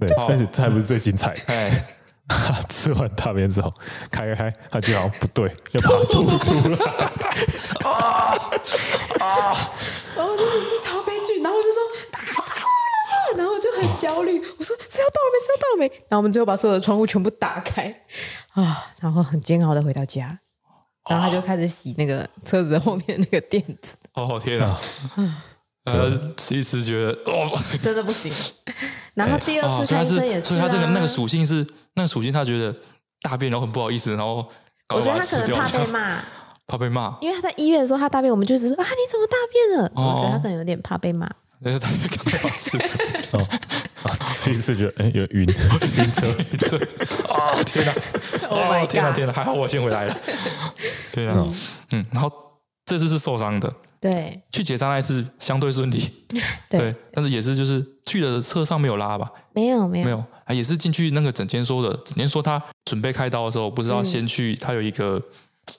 对，但是这还不是最精彩。哎，他吃完大便之后，开开开，他就好像不对，要把它吐出来。然后真的是超悲剧，然后我就说打错了，然后我就很焦虑，我说是要到了没？是要到了没？然后我们最后把所有的窗户全部打开，啊，然后很煎熬的回到家，然后他就开始洗那个车子后面那个垫子，哦天啊！呃，吃一吃觉得哦，真的不行。然后第二哦次所以看他医生也所以啊他这个那个属性是那个属性，他觉得大便然后很不好意思，然后搞我觉把得它他吃可能掉，怕被骂， 怕 被骂，因为他在医院的时候他大便，我们就一直说啊你怎么大便了？哦我觉得他可能有点怕被骂。然后他就赶快把它吃掉。哦，啊吃一次觉得哎有点晕，晕车，晕车！哎啊，天哪！ Oh 哦，天哪，天哪！还好我先回来了。对啊，嗯，然后这次是受伤的，对去结扎那一次相对顺利， 对对，但是也是就是去的车上没有拉吧，没有没有没有，啊嗯也是进去那个诊间说的，诊间说他准备开刀的时候，不知道先去他有一个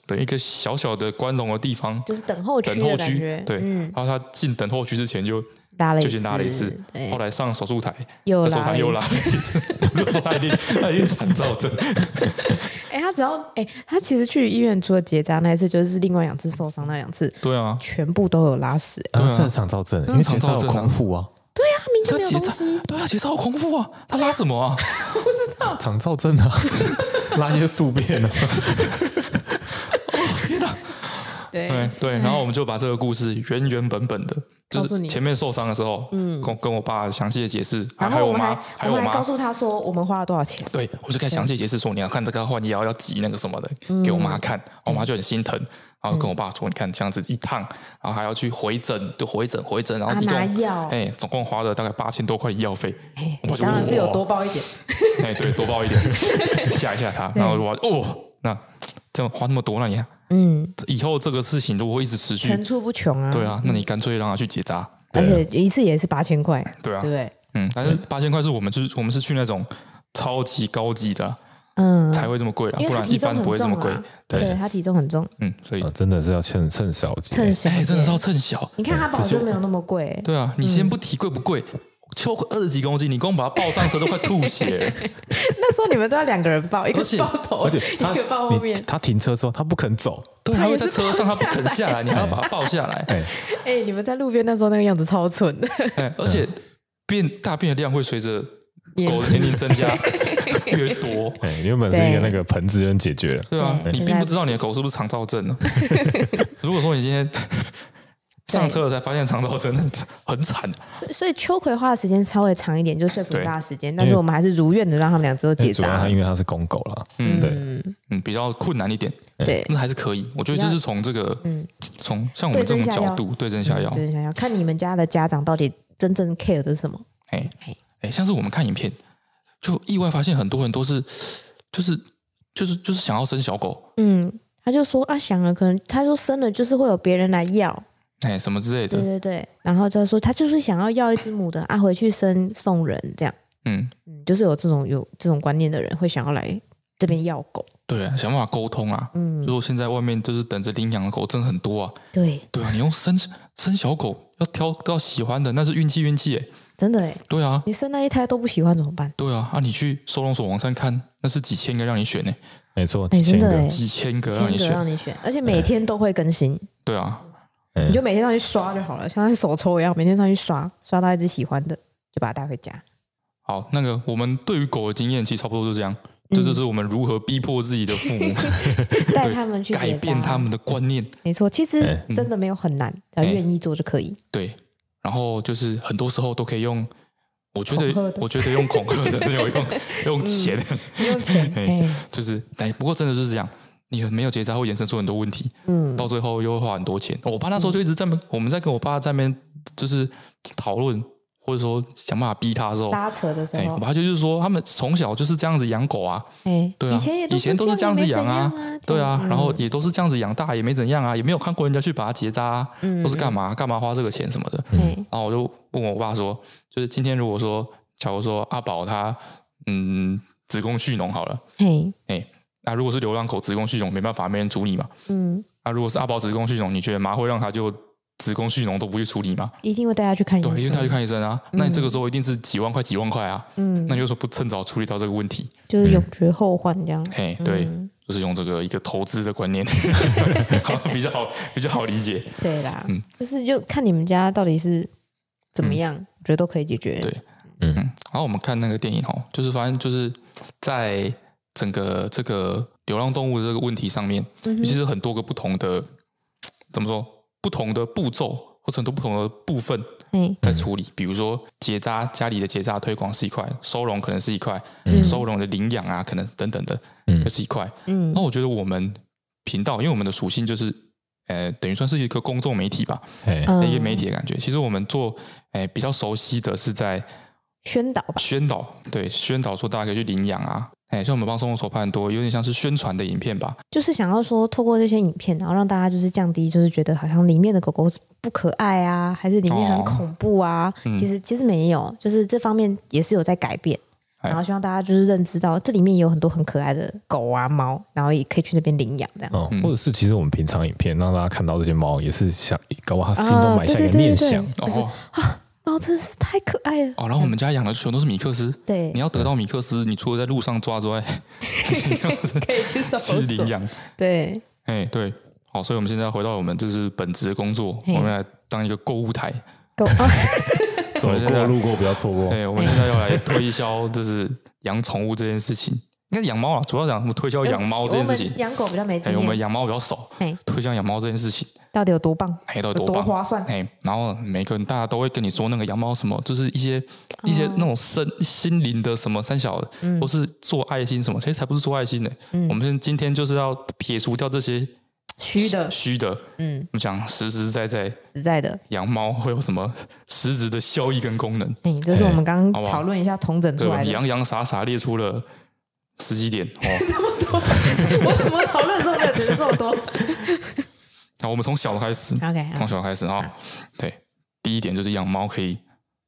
等于一个小小的关笼的地方，就是等候区等的候感区觉，，对，嗯，然后他进等候区之前就拉了一就次，先拉了一次，对后，来上手术台，又在手术拉台了又一拉了一次，我就说他一定他一定惨遭症，哎、他只要哎、他其实去医院除了结扎那一次，就是另外两次受伤那两次，对啊，全部都有拉屎、哎然后正常造证，因为检查有空腹啊，他明这明就结没有扎东西，对啊，结扎好空腹啊，他拉什么啊？肠造证 啊，拉些宿便啊，对对，哎对，然后我们就把这个故事原原本本的，就告诉你是前面受伤的时候，嗯，跟跟我爸详细的解释，还然还后有我们还妈，还有我我们还告妈，诉他说我们花了多少钱，对我就开始详细解释说，你要看这个换药要挤那个什么的，嗯给我妈看，我妈就很心疼，然后跟我爸说，你看这样子一趟，然后还要去回诊，就回诊回诊，然后啊一拿共药哎哎，总共花了大概八千多块的药费，我爸就当然是有哇多报一点， 哎，对，多报一点，吓一吓他。然后我哦，那这样花那么多，那你看，嗯，以后这个事情如果一直持续层，出不穷啊，对，啊，嗯那你干脆让他去结扎，而且一次也是八千块，对啊对不，对？嗯，但是八千块是我们就是我们是去那种超级高级的嗯，才会这么贵啦，因不为他然体一重般很不会这重么贵啊。，对哦对，他体重很重，嗯，所以啊 真的是要趁趁少节。趁手哎，真的是捡要趁小，你看他本来就没有那么贵、哎对啊，你先不提贵不贵。就二十几公斤，你光把他抱上车都快吐血 了。那时候你们都要两个人抱，一 个而且抱头，而且一他个抱后你面。他停车之后他不肯走，对，他会在也是车上，他抱不肯下来，你还要把他抱下来。哎，哎、你们在路边那时候那个样子超蠢的，哎，而且便大便的量会随着狗的年龄增加越 多。哎，原本是一对个那个盆子人解决了，对啊，对你现并在不不知道你的狗是不是肠燥症 呢、如果说你今天上车了才发现肠燥症，那很惨。所以秋葵花的时间稍微长一点，就说服对大家时间，但是我们还是如愿的让他们俩之后哎结主要扎他。因为他是公狗啦，嗯，对，嗯，比较困难一点，对，那还是可以。我觉得就是从这个，从像我们这种角度对症下药。对，想要看你们家的家长到底真正 care 的是什么。哎嘿哎，像是我们看影片，就意外发现很多人都是，就是就是就是想要生小狗，嗯，他就说啊，想了，可能他说生了就是会有别人来要，哎，什么之类对的。对对，然后他说他就是想要要一只母的啊，回去生送人这样，嗯，嗯，就是有这种有这种观念的人会想要来这边要狗，对啊，想办法沟通啊。嗯，如果现在外面就是等着领养的狗真的很多啊，对，对啊，你用生生小狗要挑到喜欢的，那是运气运气哎。真的哎，对啊，你生那一胎都不喜欢怎么办？对啊，啊你去收容所网站看，那是几千个让你选呢，没错，哎几千真的个哎，几千个让千你个啊选。让你选，而且每天都会更新，对啊，哎你就每天上去刷就好了，像是手抽一样，每天上去刷，刷到一只喜欢的就把它带回家。好，那个我们对于狗的经验其实差不多就这样，这就是我们如何逼迫自己的父母嗯 带他们去改结变扎他们的观念。没错，其实哎真的没有很难，只要哎愿意做就可以。对，然后就是很多时候都可以用，我觉恐吓得的我觉得用恐吓的，没有用用嗯钱，用钱嘿就是哎，不过真的就是这样，你没有结扎会衍生出很多问题，嗯，到最后又会花很多钱。我爸那时候就一直在那边，我们在跟我爸在那边就是讨论，或者说想办法逼他的时候，拉扯的时哎，我候，爸就是说他们从小就是这样子养狗啊，哎，对啊，以前也以前都这是这样子没怎养啊，对啊，嗯然后也都是这样子养大，也没怎样啊，也没有看过人家去把它结扎、啊，嗯都是干嘛干嘛花这个钱什么的。哎，然后我就问我爸说，就是今天如果说，假如说阿宝他嗯子宫蓄脓好了，嘿，那如果是流浪狗子宫蓄脓，没办法，没人处理嘛。嗯，那如果是阿宝子宫蓄脓，你觉得妈会让他就子宫蓄脓都不去处理吗？一定会带他去看医对，生，因为他去看医生啊，那你这个时候一定是几万块几万块啊，嗯，那就说不趁早处理到这个问题，就是嗯永绝后患这样。 嘿，对。就是用这个一个投资的观念， 比较好，比较好理解。对啦嗯，就是就看你们家到底是怎么样，我觉得都可以解决。嗯对然后我们看那个电影哦，就是发现就是在整个这个流浪动物的这个问题上面，其实很多个不同的怎么说，不同的步骤或者很多不同的部分嘿，在处理。比如说结扎，家里的结扎推广是一块，收容可能是一块，收容的领养啊，可能等等的，嗯这是一块。嗯那我觉得我们频道，因为我们的属性就是。呃，等于算是一个公众媒体吧，哎，嗯一个媒体的感觉。其实我们做，哎、比较熟悉的是在宣导吧，宣导，对，宣导说大家可以去领养啊。哎，像我们帮松动手拍很多，有点像是宣传的影片吧。就是想要说透过这些影片，然后让大家就是降低，就是觉得好像里面的狗狗不可爱啊，还是里面哦很恐怖啊。其实其实没有，就是这方面也是有在改变。哎然后希望大家就是认知到这里面有很多很可爱的狗啊猫，然后也可以去那边领养这样。哦，或者是其实我们平常影片让大家看到这些猫，也是想搞不好他心中啊，埋对下对一对个对念对，想，就是哦猫真的是太可爱了。哦，然后我们家养的全都是米克斯，对你要得到米克斯，你除了在路上抓 之外， 可以去搜去领养，对，哎，对，好，所以我们现在回到我们就是本职的工作，我嘿们来当一个购物台，狗啊，走对对过对路过不要错过。哎，我们现在要来推销就是养宠物这件事情，应该是养猫啊，主要讲我们推销养猫这件事我情们，养狗比较没经哎，我们验，养猫比较熟嘿，推销养猫这件事情，到底有多棒？哎，到有底多棒？划算？哎，然后每个人大家都会跟你说那个羊毛什么，就是一些一些那种身心灵的什么三小的，或是做爱心什么，其实才不是做爱心呢、我们现今天就是要撇除掉这些虚的，虚的，嗯，我们讲实实在在实在的。养猫会有什么实质的效益跟功能？哎，这是我们刚刚好不好讨论一下同整对，出我来们的。洋洋洒洒列出了十几点哦。我 怎么讨论的时候没有觉得这么多？好，我们从小的开始， OK，啊从小的开始哦。对，第一点就是养猫可以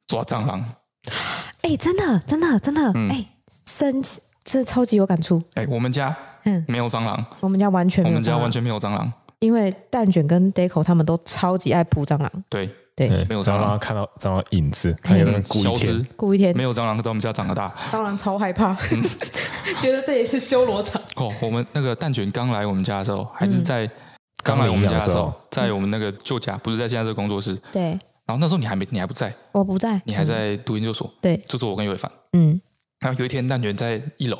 抓蟑螂，哎，真的，真的，真的，嗯哎，生这超级有感触。哎，我们家嗯没有蟑螂，我们家完全我没有，哦们家完，全没有蟑螂。因为蛋卷跟 Deco 他们都超级爱扑蟑螂，对，对，对没有蟑然后让螂他哎看到蟑螂影子，他也在那故意消舔失，，顾一天没有嗯蟑螂在我们家长得大。蟑螂超害怕。觉得这也是修罗 场，哦，我们那个蛋卷刚来我们家的时候，还是在刚来我们家的时刚领养的候，在我们那个旧家，不是在现在这个工作室。 对，然后那时候你还没，你还不在，我不在，嗯你还在读研究所，对，就是我跟尤伟凡。嗯然后有一天，蛋卷在一楼，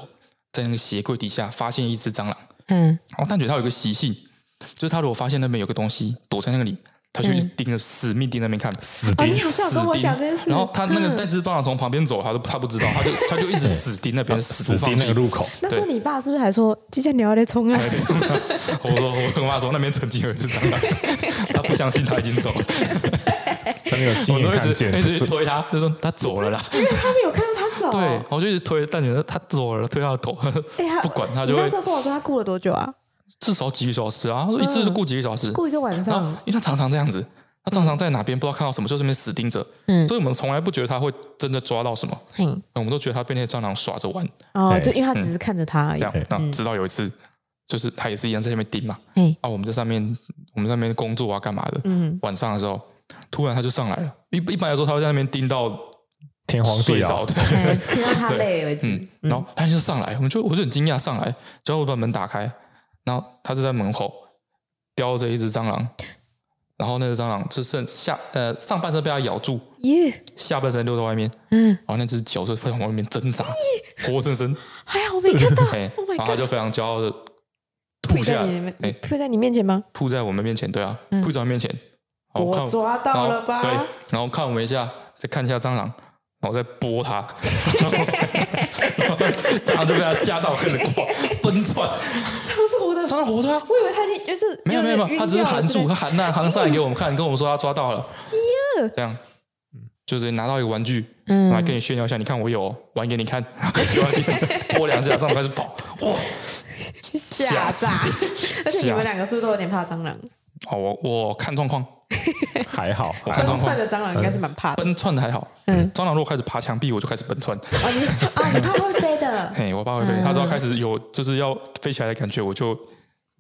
在那个鞋柜底下发现一只蟑螂。嗯，然后蛋卷它有一个习性，就是它如果发现那边有个东西躲在那里，它就一直盯着，死命盯那边看，死嗯哦你好像有跟我盯讲这件事嗯然后它那个那只蟑螂从旁边走，它都它不知道， 它就它就一直死盯那边，死啊死不放盯那弃个。路 口，那时候你爸是不是还说今天你要来冲哎啊？我说我跟我妈说那边曾经有一只蟑螂，她不相信她已经走了，他没有亲我 眼都一看直见，一就直是推她，就说她走 了啦。因为他没有看到他走。对，我就一直推，但觉得她走了，推她的头，哎他不管她你就那会时候跟我说他顾了多久啊？至少几个小时啊，一嗯次就顾几个小时，过一个晚然后上，因为他常常这样子，他常常在哪边不知道看到什么，就这边死盯着，嗯所以我们从来不觉得他会真的抓到什么，嗯，我们都觉得他被那些蟑螂耍着玩，哦哎，就因为他只是看着他而嗯这已 样，。那直到有一次，就是他也是一样在下面盯嘛，嘿，啊，我们在上面，我们在那边工作啊，干嘛的，嗯，晚上的时候，突然他就上来了，一一般来说他会在那边盯到天荒睡地着老，的，哎听到他累 为止嗯，，然后他就上来，我们就我就很惊讶上来，结果我把门打开，然后他就在门口叼着一只蟑螂，然后那只蟑螂只剩下呃上半身被它咬住，耶，下半身溜到外面，嗯，然后那只脚就在往外面挣扎，活生生，。还好我没看到 哎 Oh 然后他 my god！就非常骄傲的吐吐下在来你面，哎，吐在你面前吗？吐在我们面前，对啊，吐在我们面前，然后看我抓到了吧？然后对，然后看我们一下，再看一下蟑螂，然后再拨 它，然后蟑螂就被它吓到，开始狂奔窜。蟑螂是活的，蟑螂活的啊，我以为他已经就是没有没有没有，它只是含住，它他。含那含上来给我们看，跟我们说它抓到了，这样。就是拿到一个玩具，嗯来跟你炫耀一下，你看我有哦玩给你看，丢在地上拨两下，蟑螂开始跑，哇，吓 吓死！炸！而且你吓们死两个是不是都有点怕蟑螂？哦，我我看状况，还 好，还看状好奔况窜的蟑螂应该是蛮怕的。奔窜的还好，嗯蟑螂如果开始爬墙壁，我就开始奔窜，啊你 啊，你怕会飞 的？嘿，我爸会飞，他只要开始有就是要飞起来的感觉，我就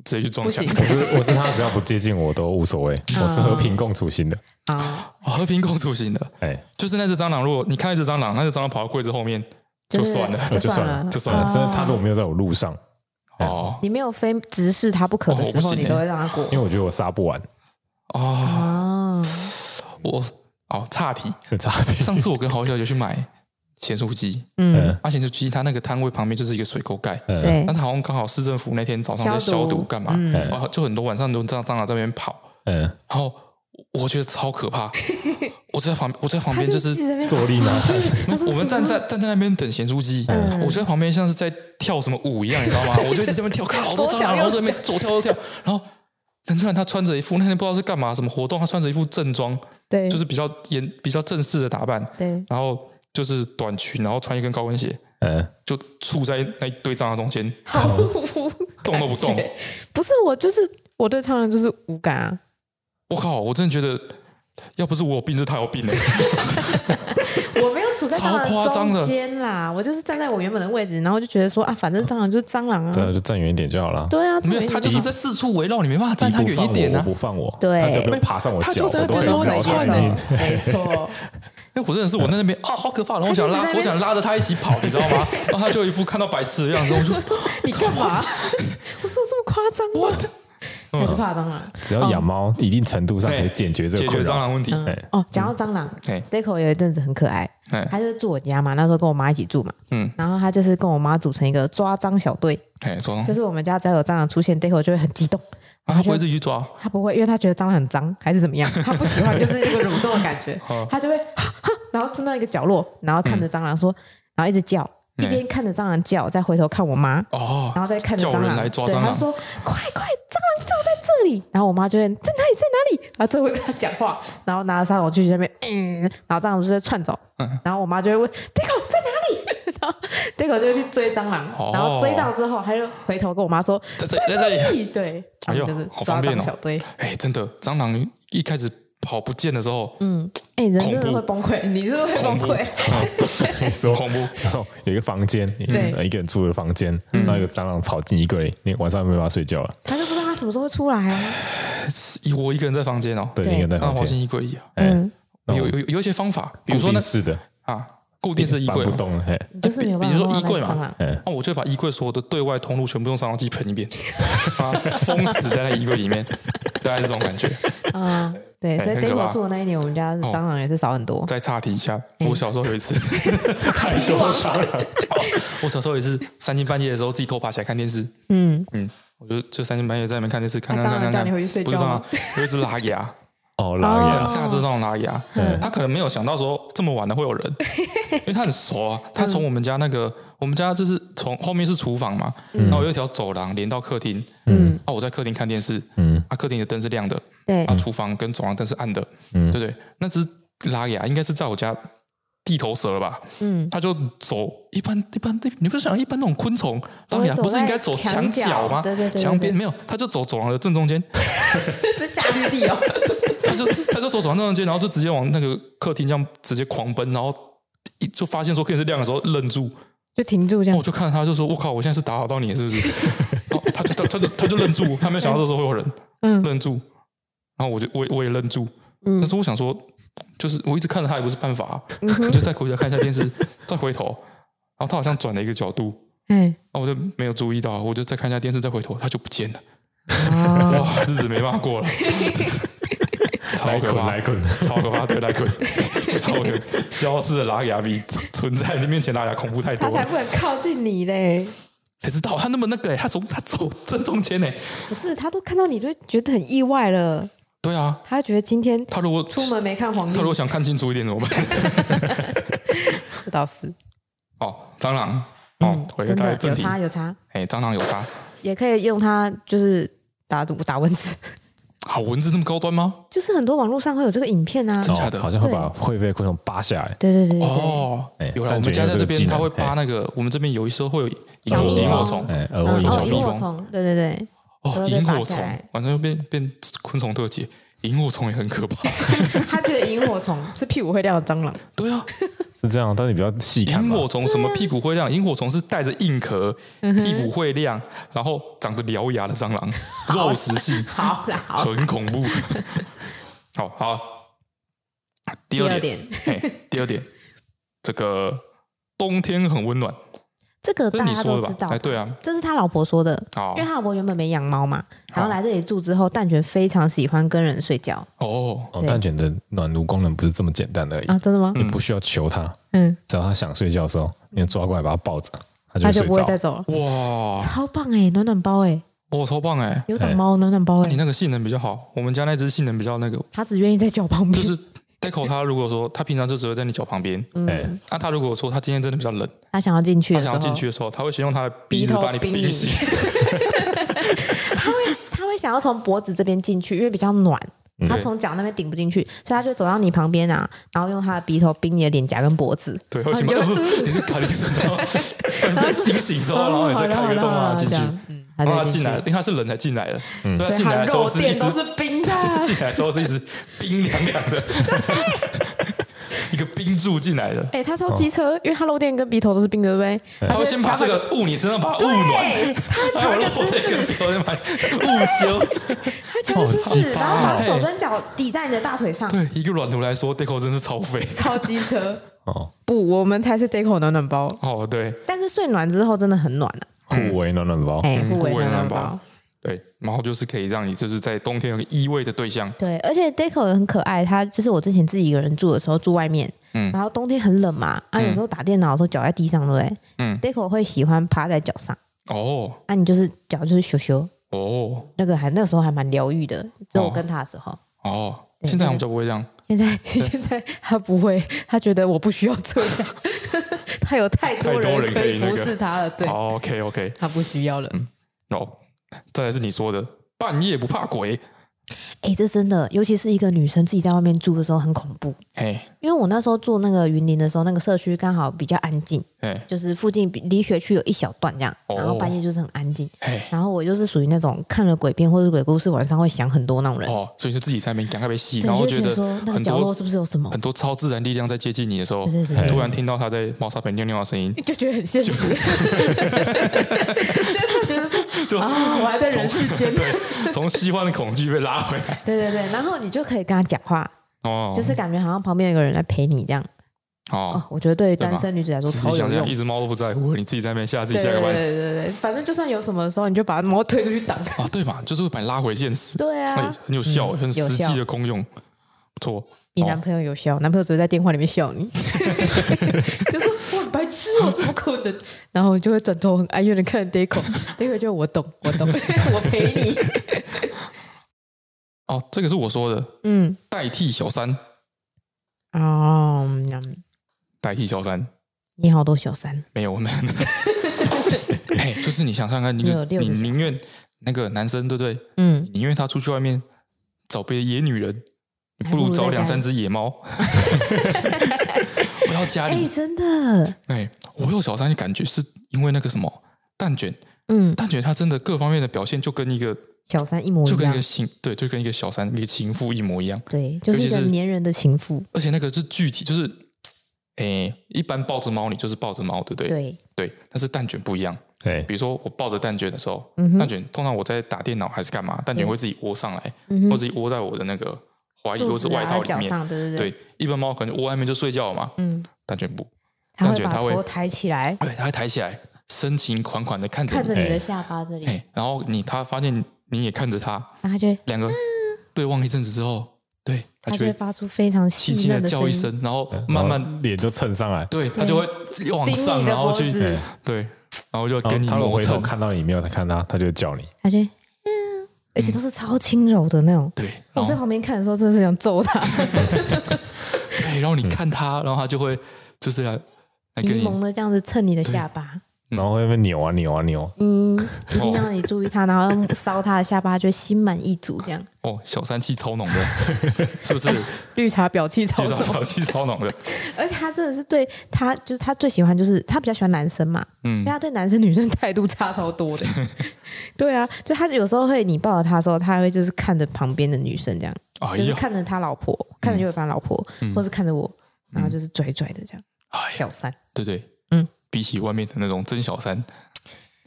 直接去撞墙不。我是我是他只要不接近我都无所谓，嗯我是和平共处型的，啊， 哦和平共处型的，哎，就是那只蟑螂，如果你看那只蟑螂，那只蟑螂跑到柜子后面就就是算了，就算算了，嗯就算真了。的他如果没有在我路上，哦你没有非直视他不可的哦我时不候，行你欸都会让他过因为我觉得我杀不完，哦，啊。我哦岔题，很差别。 上次我跟好友有去买咸酥鸡，嗯，啊咸酥鸡它那个摊位旁边就是一个水沟盖，嗯对那，它好像刚好市政府那天早上在消消毒毒干嘛，啊就很多晚上都蟑蟑螂在那边跑，嗯，然后我觉得超 可怕，我在旁我在旁他边就是一直在那边坐立难安， 嗯他说 我们什站么在站在那边等咸酥鸡，我就在旁边像是在跳什么舞一样，你知道吗？我就一直 在那边跳，看好多蟑螂，然后这边左跳右跳，然后陈川他穿着一副那天不知道是干嘛什么活动，他穿着一副正装，对，就是比较严比较正式的打扮，对，然后就是短裙，然后穿一根高跟鞋，嗯，就处在那一堆蟑螂中间，好无动都 不动。不是我就是我对苍蝇就是无感啊。欸我靠，我真的觉得。要不是我有病，就是他有病嘞、我没有处处在蟑超夸螂张的中间啦，我就是站在我原本的位置，然后就觉得说啊，反正蟑螂就是蟑螂对啊，啊，就站远一点就好了。对啊，没有，这他就是在四处围绕你，没办法站他你不远放一点我啊我！不放我，对他只要不要爬上我他脚，就在那我都边很乱高兴窜没呢错没 错，因为我真的是我在那边啊，好可怕！然后我想他拉就一直在那，边我想拉着他一起跑，你知道吗？嗯然后他就一副看到白痴的样子， 我就我说你干嘛？ 我说我这么夸张吗 what？我不怕蟑螂。只要养猫，一定程度上可以对，哎解决这个哎解决困扰蟑螂问题。哎哦，讲到蟑螂哎，Deco 有一阵子很可爱哎，他就是住我家嘛，那时候跟我妈一起住嘛，嗯，然后他就是跟我妈组成一个抓蟑小队，哎，说就是我们家只要有蟑螂出现，Deco 就会很激动。啊，他不会自己去抓，他不会，因为他觉得蟑螂很脏，还是怎 么样，他不喜欢就是那个蠕动的感觉哦，他就会 哈哈，然后蹲到一个角落，然后看着蟑螂说，然后一直叫，嗯一边看着蟑螂叫，再回头看我妈，哦然后再看着叫蟑人螂来抓对蟑螂他说快快，蟑螂就在这里，然后我妈就会在哪里在哪里，啊然后就会跟他讲话，然后拿着杀虫剂在那边，嗯，然后蟑螂就会窜走，嗯然后我妈就会问 Deco 在哪里， 然后 Deco 就会去追蟑螂，哦然后追到之后，他就回头跟我妈说在这里在这里。里，对，他哎呦们就是，好抓方便蟑哦小队。！哎，真的，蟑螂一开始跑不见的时候，嗯，哎、人恐真的怖会崩溃，你是不是会恐崩怖溃？ 说恐怖， 然后有一个房间，一对嗯一个人住的房间，然后有蟑螂跑进衣柜，你晚上没办法睡觉了。他就不知道他什么时候会出来啊。我一个人在房间哦，对，对一个人在蟑螂跑房间，哎进衣柜里啊，嗯，然有后有有一些方法，比固如说那定式的，啊，固定式衣搬柜不嘛，动 了，嘿，就是没有办法比如弄说到衣柜那嘛个蟑螂。嗯那我就会把衣柜所有的对外通路全部用杀虫剂喷一遍， 啊，封死在那衣柜里面，大概是这种感觉。嗯，对，哎所以很可 Dago 怕哦住的那一年，我们家蟑螂也是少很多。再岔题一下，我小时候有一次， 太多了， 我小时候也是三更半夜的时候自己偷爬起来看电视，嗯，嗯，我就就三更半夜在那边看电视，看那看蟑螂看看叫看，你回去睡不是觉蟑吗螂，有一只拉牙，哦，拉哦牙，大只那种拉牙，他可能没有想到说这么晚了会有 人，因为他很熟啊，他从我们家那个，我们家就是从后面是厨房嘛，嗯然后有一条走廊连到客厅，嗯，啊，我在客厅看电视，嗯，啊，客厅的灯是亮的，对啊，，厨房跟走廊灯是暗的，嗯对不对？那只拉牙应该是在我家地头蛇了吧？嗯，它就走一般一般，你不是想一般那种昆虫拉牙走在不是应该走墙角墙角吗？对对对对墙边对没有，它就走走廊的正中间，是下绿地哦。它就它就走走廊正中间，然后就直接往那个客厅这样直接狂奔，然后。一就发现说客厅是亮的时候愣住， 就停住这然后样我，就看着他就说：“我靠，我现在是打扰到你了是 不是？”然后他就他他就他就愣住，他没有想到这时候会有人，嗯愣住，然后我就我也我也愣住，嗯嗯但是我想说，就是我一直看着他也不是办法啊、我就再回头看一下电视，再回头，然后他好像转了一个角度，哎，然后我就没有注意到，我就再看一下电视，再回头他就不见了，啊，哇，日子没办法过 了，超来可捆怕来，捆，超可怕，对， 来滚，超可怕消失的拉雅比存在你面前拉雅恐怖太他多才了，不敢靠近你嘞。谁知道他那么那个、欸，他从他走正中间呢、欸不是，他都看到你就觉得很意外了，对啊，他觉得今天他如果出门没看黄他历如，果想看清楚一点怎么办？ 这倒 是。哦，蟑螂，哦嗯，，回真到的有正题，差有差，哎，蟑螂有差也可以用它就是打赌打蚊子，啊？蚊子那么高端吗？就是很多网络上会有这个影片啊。真假的哦好像会把会飞的昆虫扒下来，对对对对对。哦哎，有了，但我们家觉在得这这个技边能他会扒那个，我们这边有一时候会有萤小火蜜萤火蜂虫，哎，嗯耳蜗萤萤火哦，小虫萤虫火虫，对对对，哦，都被萤拔火下虫来，晚上就变变昆虫特辑，萤火虫也很可 怕。他觉得萤火虫 是屁股会亮的蟑螂，对啊，是这样，但是你比较细看萤吧。火虫什么屁股会啊亮？萤火虫是带着硬壳，嗯屁股会亮，然后长着獠牙的蟑螂，肉食性，好啦，好啦很恐 怖。好好，第二点，点，嘿，第二点，这个冬天很温暖，这个这是大你家说都的知吧道？哎，，对啊，这是他老婆说的，哦因为他老婆原本没养猫嘛，然好后来这里住之后，蛋卷非常喜欢跟人睡觉哦，哦，蛋卷的暖炉功能不是这么简单的而已，啊，真的吗？你不需要求它，嗯，只要它想睡觉的时候，你就抓过来把它抱着，它就他会就睡不会再着。走了，哇，超棒哎，暖暖包哎，哇，超棒哎！有长毛暖暖包哎你，那个性能比较好，我们家那只性能比较 那个，他只愿意哎在脚旁就边，是 Deco 它如果说它平常就只会在你脚旁边，哎，那它如果说它今天真的比较冷，他想要进去它的嗯时想候要，进去的时候，它会先用它的鼻鼻子头把你冰冰你 醒，他会他会想要从脖子这边进去，因为比较暖。嗯他从脚那边顶不进去，所以他就走到你旁边啊，然后用他的鼻头冰你的脸颊跟脖子，对，为什哦么？ 你是卡里森， 然后等被惊醒之后，哦然后你再开一个洞让它进去，嗯，他让它就哦进来，因为它是人才进来的，所以它进来的时 候是一只冰的进来的时候是一只冰凉凉的， 一个冰柱进来的，哎、他超机车，因为他漏电跟鼻头都是冰的，对不对？他会先把这个，个雾你身上把它雾暖，对，他还有瞧一落个姿这势个，标签把雾修。他瞧一个姿势，然后把哎手跟脚抵在你的大腿上，对，一个软图来说，Deco 真是超肥。超机车。哦，不，我们才是 Deco 暖暖包，哦，对但是睡暖之后真的很暖啊，互为暖暖包，哎、互互为为暖嗯暖暖包包。对，然后就是可以让你就是在冬天有个依偎的对象。对，而且 Deco 也很可爱，他就是我之前自己一个人住的时候住外面，嗯然后冬天很冷嘛，啊，有时候打电脑的时候脚在地上，对不对？嗯，Deco 会喜欢趴在脚上，哦啊，你就是脚就是咻咻，哦那个还那个时候还蛮疗愈的，只有我跟他的时候。哦，对现在我们就不会这样。现在现在他不会，他觉得我不需要 这样，他有太太多多人人可可以以那服个侍他了，对， OK OK，他不需要了。哦，再来是你说的半夜不怕鬼。哎、这真的，尤其是一个女生自己在外面住的时候很恐怖，嘿，因为我那时候住那个云林的时候，那个社区刚好比较安静，嘿，就是附近比离学区有一小段这样，哦然后半夜就是很安静。嘿，然后我就是属于那种看了鬼片或者鬼故事晚上会想很多那种人，哦，所以就自己在那边赶快被吸，对然后就觉觉得得说那个很角落多是不是有什么？很多超自然力量在接近你的时候对，对对对突然听到他在猫砂盆尿尿的声音， 就觉得很现实，就是觉得说 就啊，我还在人世间。对，从西幻的恐惧被拉回来。对对对，然后你就可以跟他讲话，哦，就是感觉好像旁边有一个人来陪你这样。哦哦，，我觉得对于对吧单身女子来说仔细超有想想，用一。只猫都不在乎，你自己在那边吓自己对吓对个半对死对对，反正就算有什么的时候，你就把猫推出去挡。啊，对吧？就是会把你拉回现实，对所以啊，很有效，很嗯有实效际的功用，不错。你哦男朋友有笑，男朋友只会在电话里面笑你。 就说我很白痴哦，怎么可能？然后就会转头很哀怨的看 Deco，Deco 就我懂，我懂， 我陪你。哦，这个是我说的，嗯，代替小三，哦，嗯代替小三，你好多小三，没有，没有。哎，就是你想想看，你你有六个你小宁愿那个男生，对不对？嗯，你宁愿他出去外面找别的野女人，你不如找两三只野 猫。 我要家哎、里，真的，哎，我有小三的感觉，是因为那个什么蛋卷，嗯，蛋卷他真的各方面的表现就跟一个小三一模就一跟一样个，情对，就跟一个小三一个情妇一模一样，对，就是一尤个其是粘人的情妇，而且那个是具体，就是诶，一般抱着猫你就是抱着猫，对不对？对，对但是蛋卷不一样。哎，比如说我抱着蛋卷的时候，嗯哼蛋卷通常我在打电脑还是干嘛，蛋卷会自己窝上来，嗯哼或自己窝在我的那个怀里肚或子是外啊套里脚面。上，对对对，对，一般猫可能窝外面就睡觉嘛，嗯，蛋卷不，他感会觉把他会头抬起来，对，它会抬起来，深情款款的看着看你，着你哎的下巴这里，哎，然后你它发现你也看着它，然后他就会两个对望一阵子之后，对，它他就嗯就会会发出非常细轻轻的嫩的叫音，一声，然后慢慢脸就蹭上来，对，它就会往上，顶你的然后脖去子，对，然后就跟然后你他如果磨回头蹭，看到你没有看他，他就会叫你。他就会，嗯，而嗯且都是超轻柔的那种。对，我然在后旁边看的时候，真的是想 揍他。哎对，然后你看它，然后它就会就是来来跟迷你蒙的这样子蹭你的下巴，然后会被扭啊扭啊扭，嗯，一定让你注意他，然后用搔他的下巴，就会心满意足这样。哦，小三气超浓的， 是不是？哎绿茶婊气非超常好，气超浓的，而且他真的是对他，就是他最喜欢就是他比较喜欢男生嘛，因嗯为，他对男生女生态度差超多的， 对啊，就他有时候会你抱着他的时候，他还会就是看着旁边的女生这样，哎嗯就是呀，看着他老婆，看着尤伟凡老婆，或是看着我，然后就是拽拽的这样，哎呀，小三，对对，嗯，比起外面的那种真小三，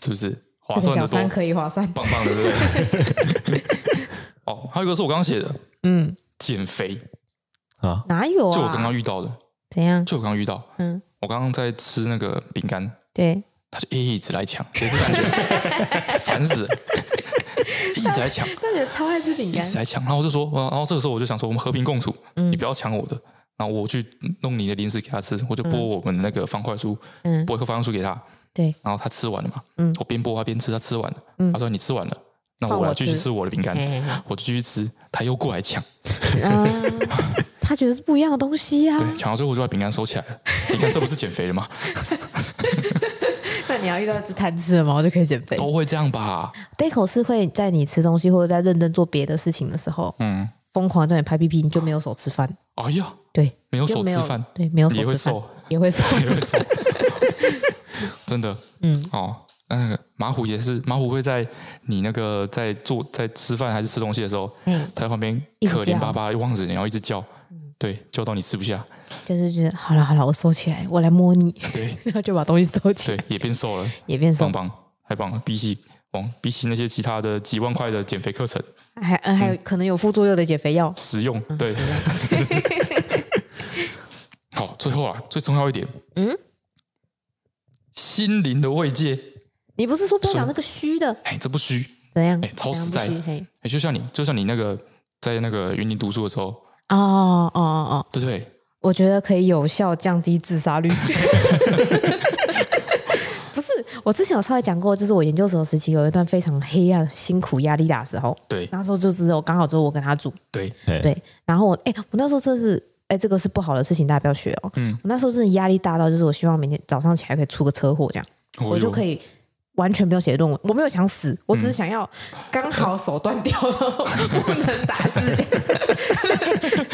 是不是那划个算小的多三？可以划算，棒棒的，对不对？ 哦，还有一个是我刚刚写的嗯，减肥，啊，哪有就我刚啊？刚遇到的，怎样？就我刚刚遇到，嗯，我刚刚在吃那个饼干， 对，他就一直来抢，也是感觉 烦死了，一直来抢，但觉超爱吃饼一直来抢，然后我就说，哦然后这个时候我就想说，我们和平共处，嗯你不要抢我的，然后我去弄你的零食给他吃，我就剥我们那个方块酥，嗯剥一颗方块酥给他，对，然后他吃完了嘛，嗯我边剥他边吃，他吃完了，嗯他说你吃完了，那换我来我继续吃吃我的饼干，嘿嘿嘿我就继续吃，他又过来抢，啊，他觉得是不一样的东西呀、对，抢到最后我就把饼干收起来了，你看这不是减肥 了吗？那你要遇到一只贪吃的猫就可以减肥。都会这样吧， Deco 是会在你吃东西或者在认真做别的事情的时候，嗯，疯狂在你拍屁屁，你就没有手吃饭，哎呀，对，没有就手没吃有饭，对，没有手你也会吃饭瘦，也会瘦， 也会瘦，真的，嗯，哦，那个马虎也是，马虎会在你那个在做在吃饭还是吃东西的时候，嗯他在旁边一直可怜叫巴巴的望着你，然后一直叫，对，教到你吃不下， 就是觉得好了好了，我收起来，我来摸你，对然 后就把东西收起来，对，也变瘦了，也变瘦棒。棒，太棒了！比起往比起那些其他的几万块的减肥课程，还呃嗯还有可能有副作用的减肥药，实用，对。 好，最后啊，最重要一点，嗯，心灵的慰藉，你不是说不要讲那个虚的？哎，这不虚，怎样？哎超怎样实不在虚嘿哎，就像你，就像你那个在那个云林读书的时候，哦哦哦哦，对不对？我觉得可以有效降低自 杀率。不是，我之前有稍微讲过，就是我研究所时期有一段非常黑暗、辛苦、压力大的时候，对那时候就只有刚好只有我跟他住，对，哎对，然后我哎、我那时候真是哎、这个是不好的事情，大家不要学哦。嗯我那时候真的压力大到，就是我希望每天早上起来可以出个车祸这样，我就可以以完全不用写论文。我没有想死，嗯我只是想要刚好手断 掉了，不能打字这样。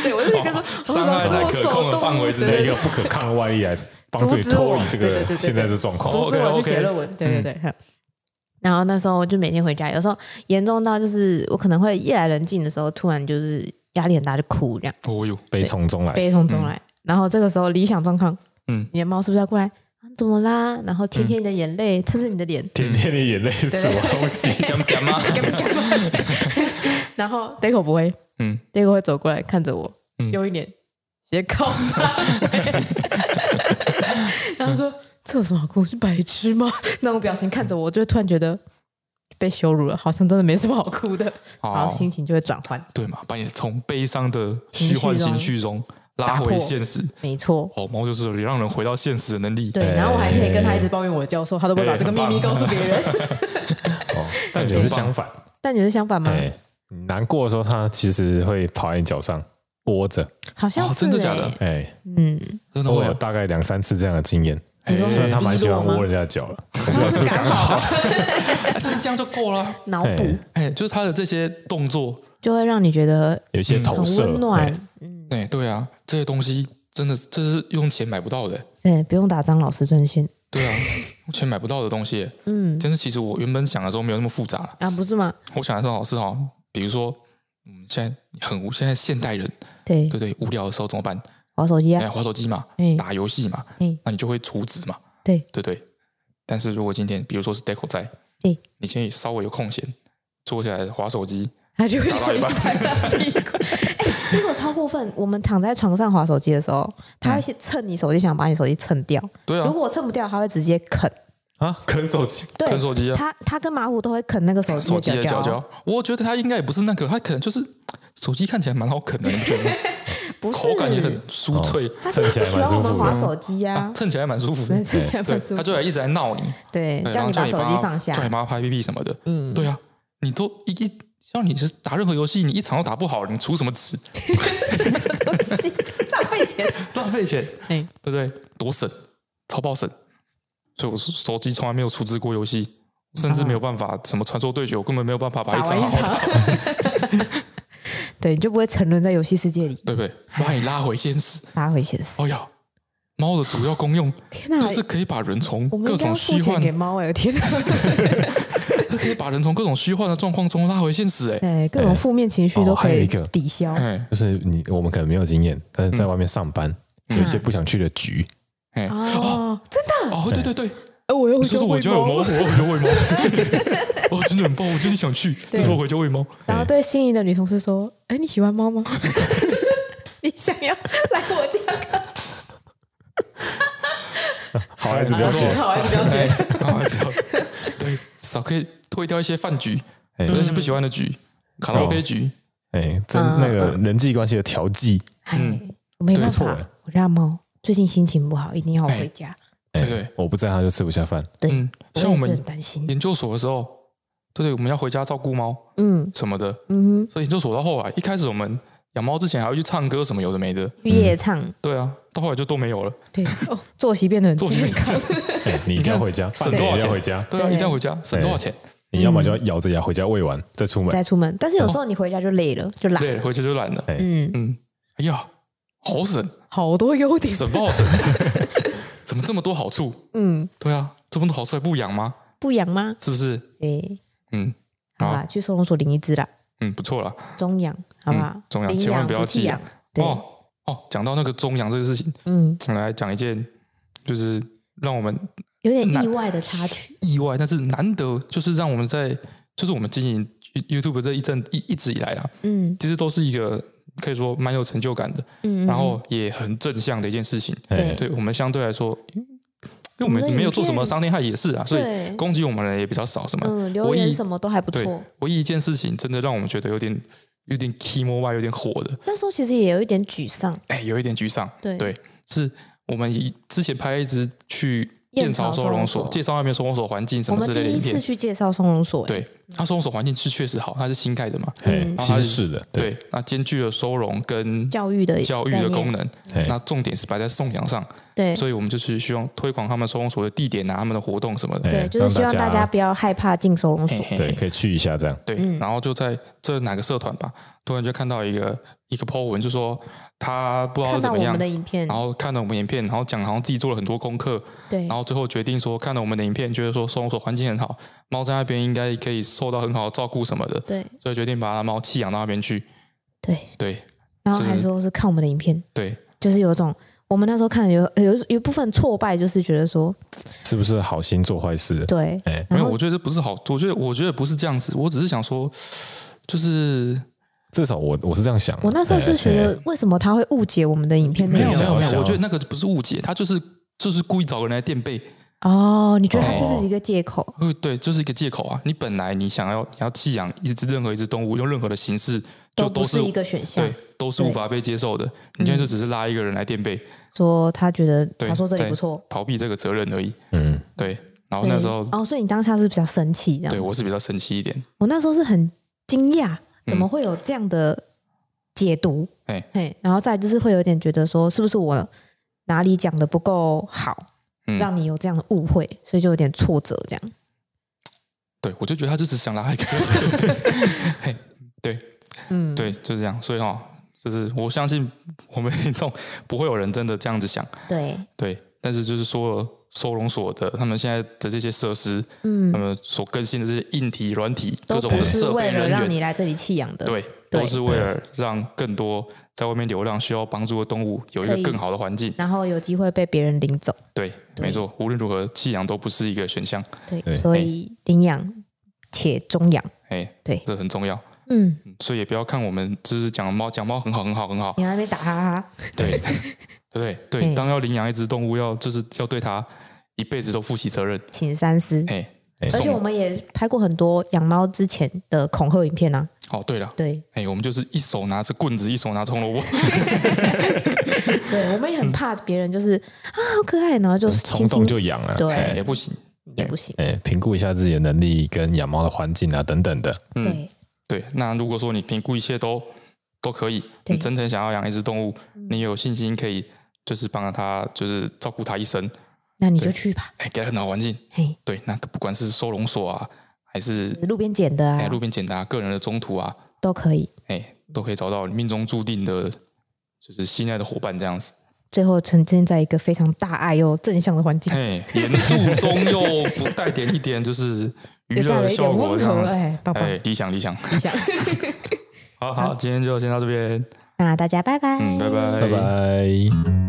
对，我就跟他说，哦伤害哦在可控的范围之那内个不可抗的外力来帮助你阻止我脱离这对对对对个现在的状况。阻止我 OK，OK 去写论文。对对对。哼然后那时候我就每天回家，有时候严重到就是我可能会夜来人静的时候，突然就是压力很大就哭这样。哦哟，悲从中来，。悲从中来。然后这个时候理想状况，嗯嗯，你的猫是不是要过来？啊怎么啦？然后舔舔你的眼泪，蹭蹭你的脸甜甜的眼泪是什么东 西？ 干干嘛？然后 Deco 不会嗯， ，Deco 会走过来看着我嗯，用一脸斜靠上 来，然后啊说：“这有什么好哭？是白痴吗？” 那种表情看着我，我就会突然觉得被羞辱了，好像真的没什么好哭的，然好后，心情就会转换。对嘛，把你从悲伤的虚幻情绪中拉打回破现实。没错。哦，猫就是有让人回到现实的能力。对，然后我还可以跟他一直抱怨我的教授，他都不会把这个秘密告诉别人。哦，但你是相反， 但你是相反吗？哎，你难过的时候，它其实会跑在你脚上窝着，好像哦是真的假欸的哎，嗯，真的我会啊有有大概两三次这样的经验。哎你说虽然它蛮喜欢低落吗窝人家的脚了，是刚好哎这这样就够了啊。脑补哎哎，就是他的这些动作，就会让你觉得有一些嗯很投射，温哎暖。哎，对啊，这些东西真的这是用钱买不到的。对，不用打张老师专线。对啊， 用钱买不到的东西。嗯真是，其实我原本想的时候没有那么复杂啦啊，不是吗？我想的是好是好，比如说，嗯，现在很无现在现代人，对对，不对，无聊的时候怎么办？划手机啊哎，，划手机嘛，哎打游戏嘛，哎，那你就会除值嘛，对对不对。但是如果今天，比如说是 Deco 在，对，你今天稍微有空闲，坐下来划手 机，他就会打到一半屁股。哎，如果超过分，我们躺在床上划手机的时候，他会先蹭你手机，想把你手机蹭掉。嗯对如啊，果我蹭不掉，他会直接啃。啊，啃手机，对啃手机啊，他他跟马虎都会啃那个手手机机的角角角。我觉得他应该也不是那个，他可能就是手机看起来蛮好啃的，你不觉得吗？不是哦口感也很酥脆。他是起来喜蛮欢我舒服的们划手机呀啊，，蹭起来蛮舒服，那是这样对蛮，舒他服就来一直来闹你，对，对，然叫后你你把手帮机他放下叫。你帮他拍屁屁什么的，嗯，对啊，你都一一像你是打任何游戏，你一场都打不好，你出什么值？东西浪 费钱。浪费钱，哎对不对？多省，超爆省。所以我手机从来没有处置过游戏，甚至没有办法什么传说对决，我根本没有办法把一场好好打，场， 对，你就不会沉沦在游戏世界里，对不对？把你拉回现实。拉回现实。哎呀，猫的主要功用天哪，就是可以把人从我们各应该种要付虚钱幻给，猫哎、天哪！它可以把人从各种虚幻的状况中拉回现实。哎， 对，各种负面情绪都可还有以一个抵消。哎就是你我们可能没有经验，但是在外面上班，嗯有一些不想去的局，哎，哦，真的，哦，对对对，哎我又就是我家有猫，我回家 喂猫。哦，真的很棒，我真的想去，但是我回家喂猫。然后对心仪的女同事说：“哎，你喜欢猫吗？ 你想要来我家看？好孩子不要学，好，还是不要哎学？，开玩笑， 对，少可以推掉一些饭局，哎对那些不喜欢的局，卡拉 OK 局，哎，真那个人际关系的调剂，嗯哎，我没办对错法了，我家猫最近心情不好，一定要我回家。哎对对，我不在他就吃不下饭，对嗯，像我也是们很担心。研究所的时候，对对，我们要回家照顾猫嗯什么的，嗯所以研究所到后来，一开始我们养猫之前还会去唱歌什么有的没的，哼，夜唱，对啊，到后来就都没有了，对，哦， 作息变得很作息 健康。哎，你一定看要 回家，省半多少夜一定钱要回家，对啊，对一定要回家，省多少钱？你要么就要咬着牙回家喂完再出门，再出门，但是有时候你回家就累了，就懒。对，回去就懒了，嗯，嗯，哎呀，好省，好多优点。省 爆省，怎么这么多好处？嗯，对啊，这么多好处还不养吗？不养吗？是不是？对，嗯好吧，去收容所领一只啦，嗯，不错啦。中养，好吧嗯，中养领千万养不要不寄弃养养。对，哦，哦，讲到那个中阳这个事情，嗯，我们来讲一件就是让我们有点意外的插曲，意外，但是难得就是让我们在就是我们经营 You- YouTube 这一阵一一直以来啦，嗯其实都是一个可以说蛮有成就感的，嗯，然后也很正向的一件事情。对对我们相对来说，因为我我们的们没有影做什么片伤天害理的事啊，所对以攻击我们的人也比较少，什么。嗯，留唯言一什么都还不对错。，唯一一件事情真的让我们觉得有点有点 emo 外，有点火的，那时候其实也有一点沮丧，哎，有一点沮丧。对是我们以之前拍一支去燕燕巢巢收收容容所所，介绍外面收容所环境什我么们之类第的一影次片。去介绍收容所，哎，对，它收容所环境是确实好，它是新盖的嘛，嘿，嗯新式的，对，对，那兼具了收容跟教育的教育概的念功，能。嘿那重点是摆在颂扬上，对所以我们就是希望推广他们收容所的地点啊，他们的活动什么的。哎对，就是希望大家哎不要害怕进收容所嘿，嘿对可以去一下这样，对，嗯然后就在这哪个社团吧，突然就看到一个一个 po 文，就说他不知道看怎到么我样们的，影片然，后看了我们影片，然后讲好像自己做了很多功课，对然，后最后决定说看了我们的影片，觉得说收容所环境很好，猫在那边应该可以受到很好的照顾什么的，对，所以决定把它猫弃养到那边去。对，对然后还是说是看我们的影片，对，就是有一种我们那时候看有有有一部分挫败，就是觉得说，是不是好心做坏事？对，哎，没然有，后我觉得这不是好，我觉得我觉得不是这样子，我只是想说，就是至少我我是这样想的，我那时候就觉哎，哎得为什么他会误解我们的影片内没有等没一下容？有没我想有，我觉得那个不是误解，他就是就是故意找个人来垫背。哦，你觉得他就是一个借口？呃，对，就是一个借口啊！你本来你想要你要弃养一只任何一只动物，用任何的形式，就不都是一个选项对，，都是无法被接受的。你今天就只是拉一个人来垫背，说他觉得对他说这里在不错，逃避这个责任而已。嗯，对，然后对那时候哦，所以你当下是比较生气这对样。我是比较生气一点，我那时候是很惊讶，怎么嗯会有这样的解读？哎嘿，然后再来就是会有点觉得说，是不是我哪里讲的不够好，嗯，让你有这样的误会，所以就有点挫折这样。对我就觉得他就只想拉一个人 垫背，嘿，对嗯，对，就是这样。所以哈、就是我相信我们听众不会有人真的这样子想，对，对，但是就是说。收容所的，他们现在的这些设施，嗯他，们所更新的这些硬体、软体、各都种不的是设备、为了人员让，你来这里弃养的。对，对都是为了让更多在外面流浪需要帮助的动物有一可个以更好的环境。然后有机会被别人领走，对，对没错，无论如何弃养都不是一个选项。对，对所以领养且中养，哎，对这很重要。嗯，嗯所以也不要看我们就是讲猫，讲猫很好，很好，很好。你还没打哈哈，对，对不对？哎对，当要领养一只动物，要就是要对它一辈子都负起责任。请三思。哎，哎而且送我们也拍过很多养猫之前的恐吓影片啊，哦，对了，对哎，我们就是一手拿着棍子，一手拿着红萝卜。嗯对，我们也很怕别人就是啊好可爱，然后就冲轻动轻就养了，啊哎， 对也不行。也不行，哎，评估一下自己的能力跟养猫的环境啊等等的，嗯对对，那如果说你评估一切都都可以，对嗯你真诚想要养一只动物，你有信心可以就是帮它，就是照顾它一生，那你就对去吧，哎，给它很好的环境。嘿，对，那个不管是收容所啊，还是路边捡的哎啊路边捡的、啊、个人的中途啊，都可以，哎，都可以找到你命中注定的，就是心爱的伙伴这样子。最后沉浸在一个非常大爱又正向的环境，哎，严肃中又不带点一点就是娱又带乐了的一效点果温这柔样，子。哎，棒棒哎，理想理想，一 下，好好，今天就先到这边，那大家拜拜，哎嗯，拜拜拜拜。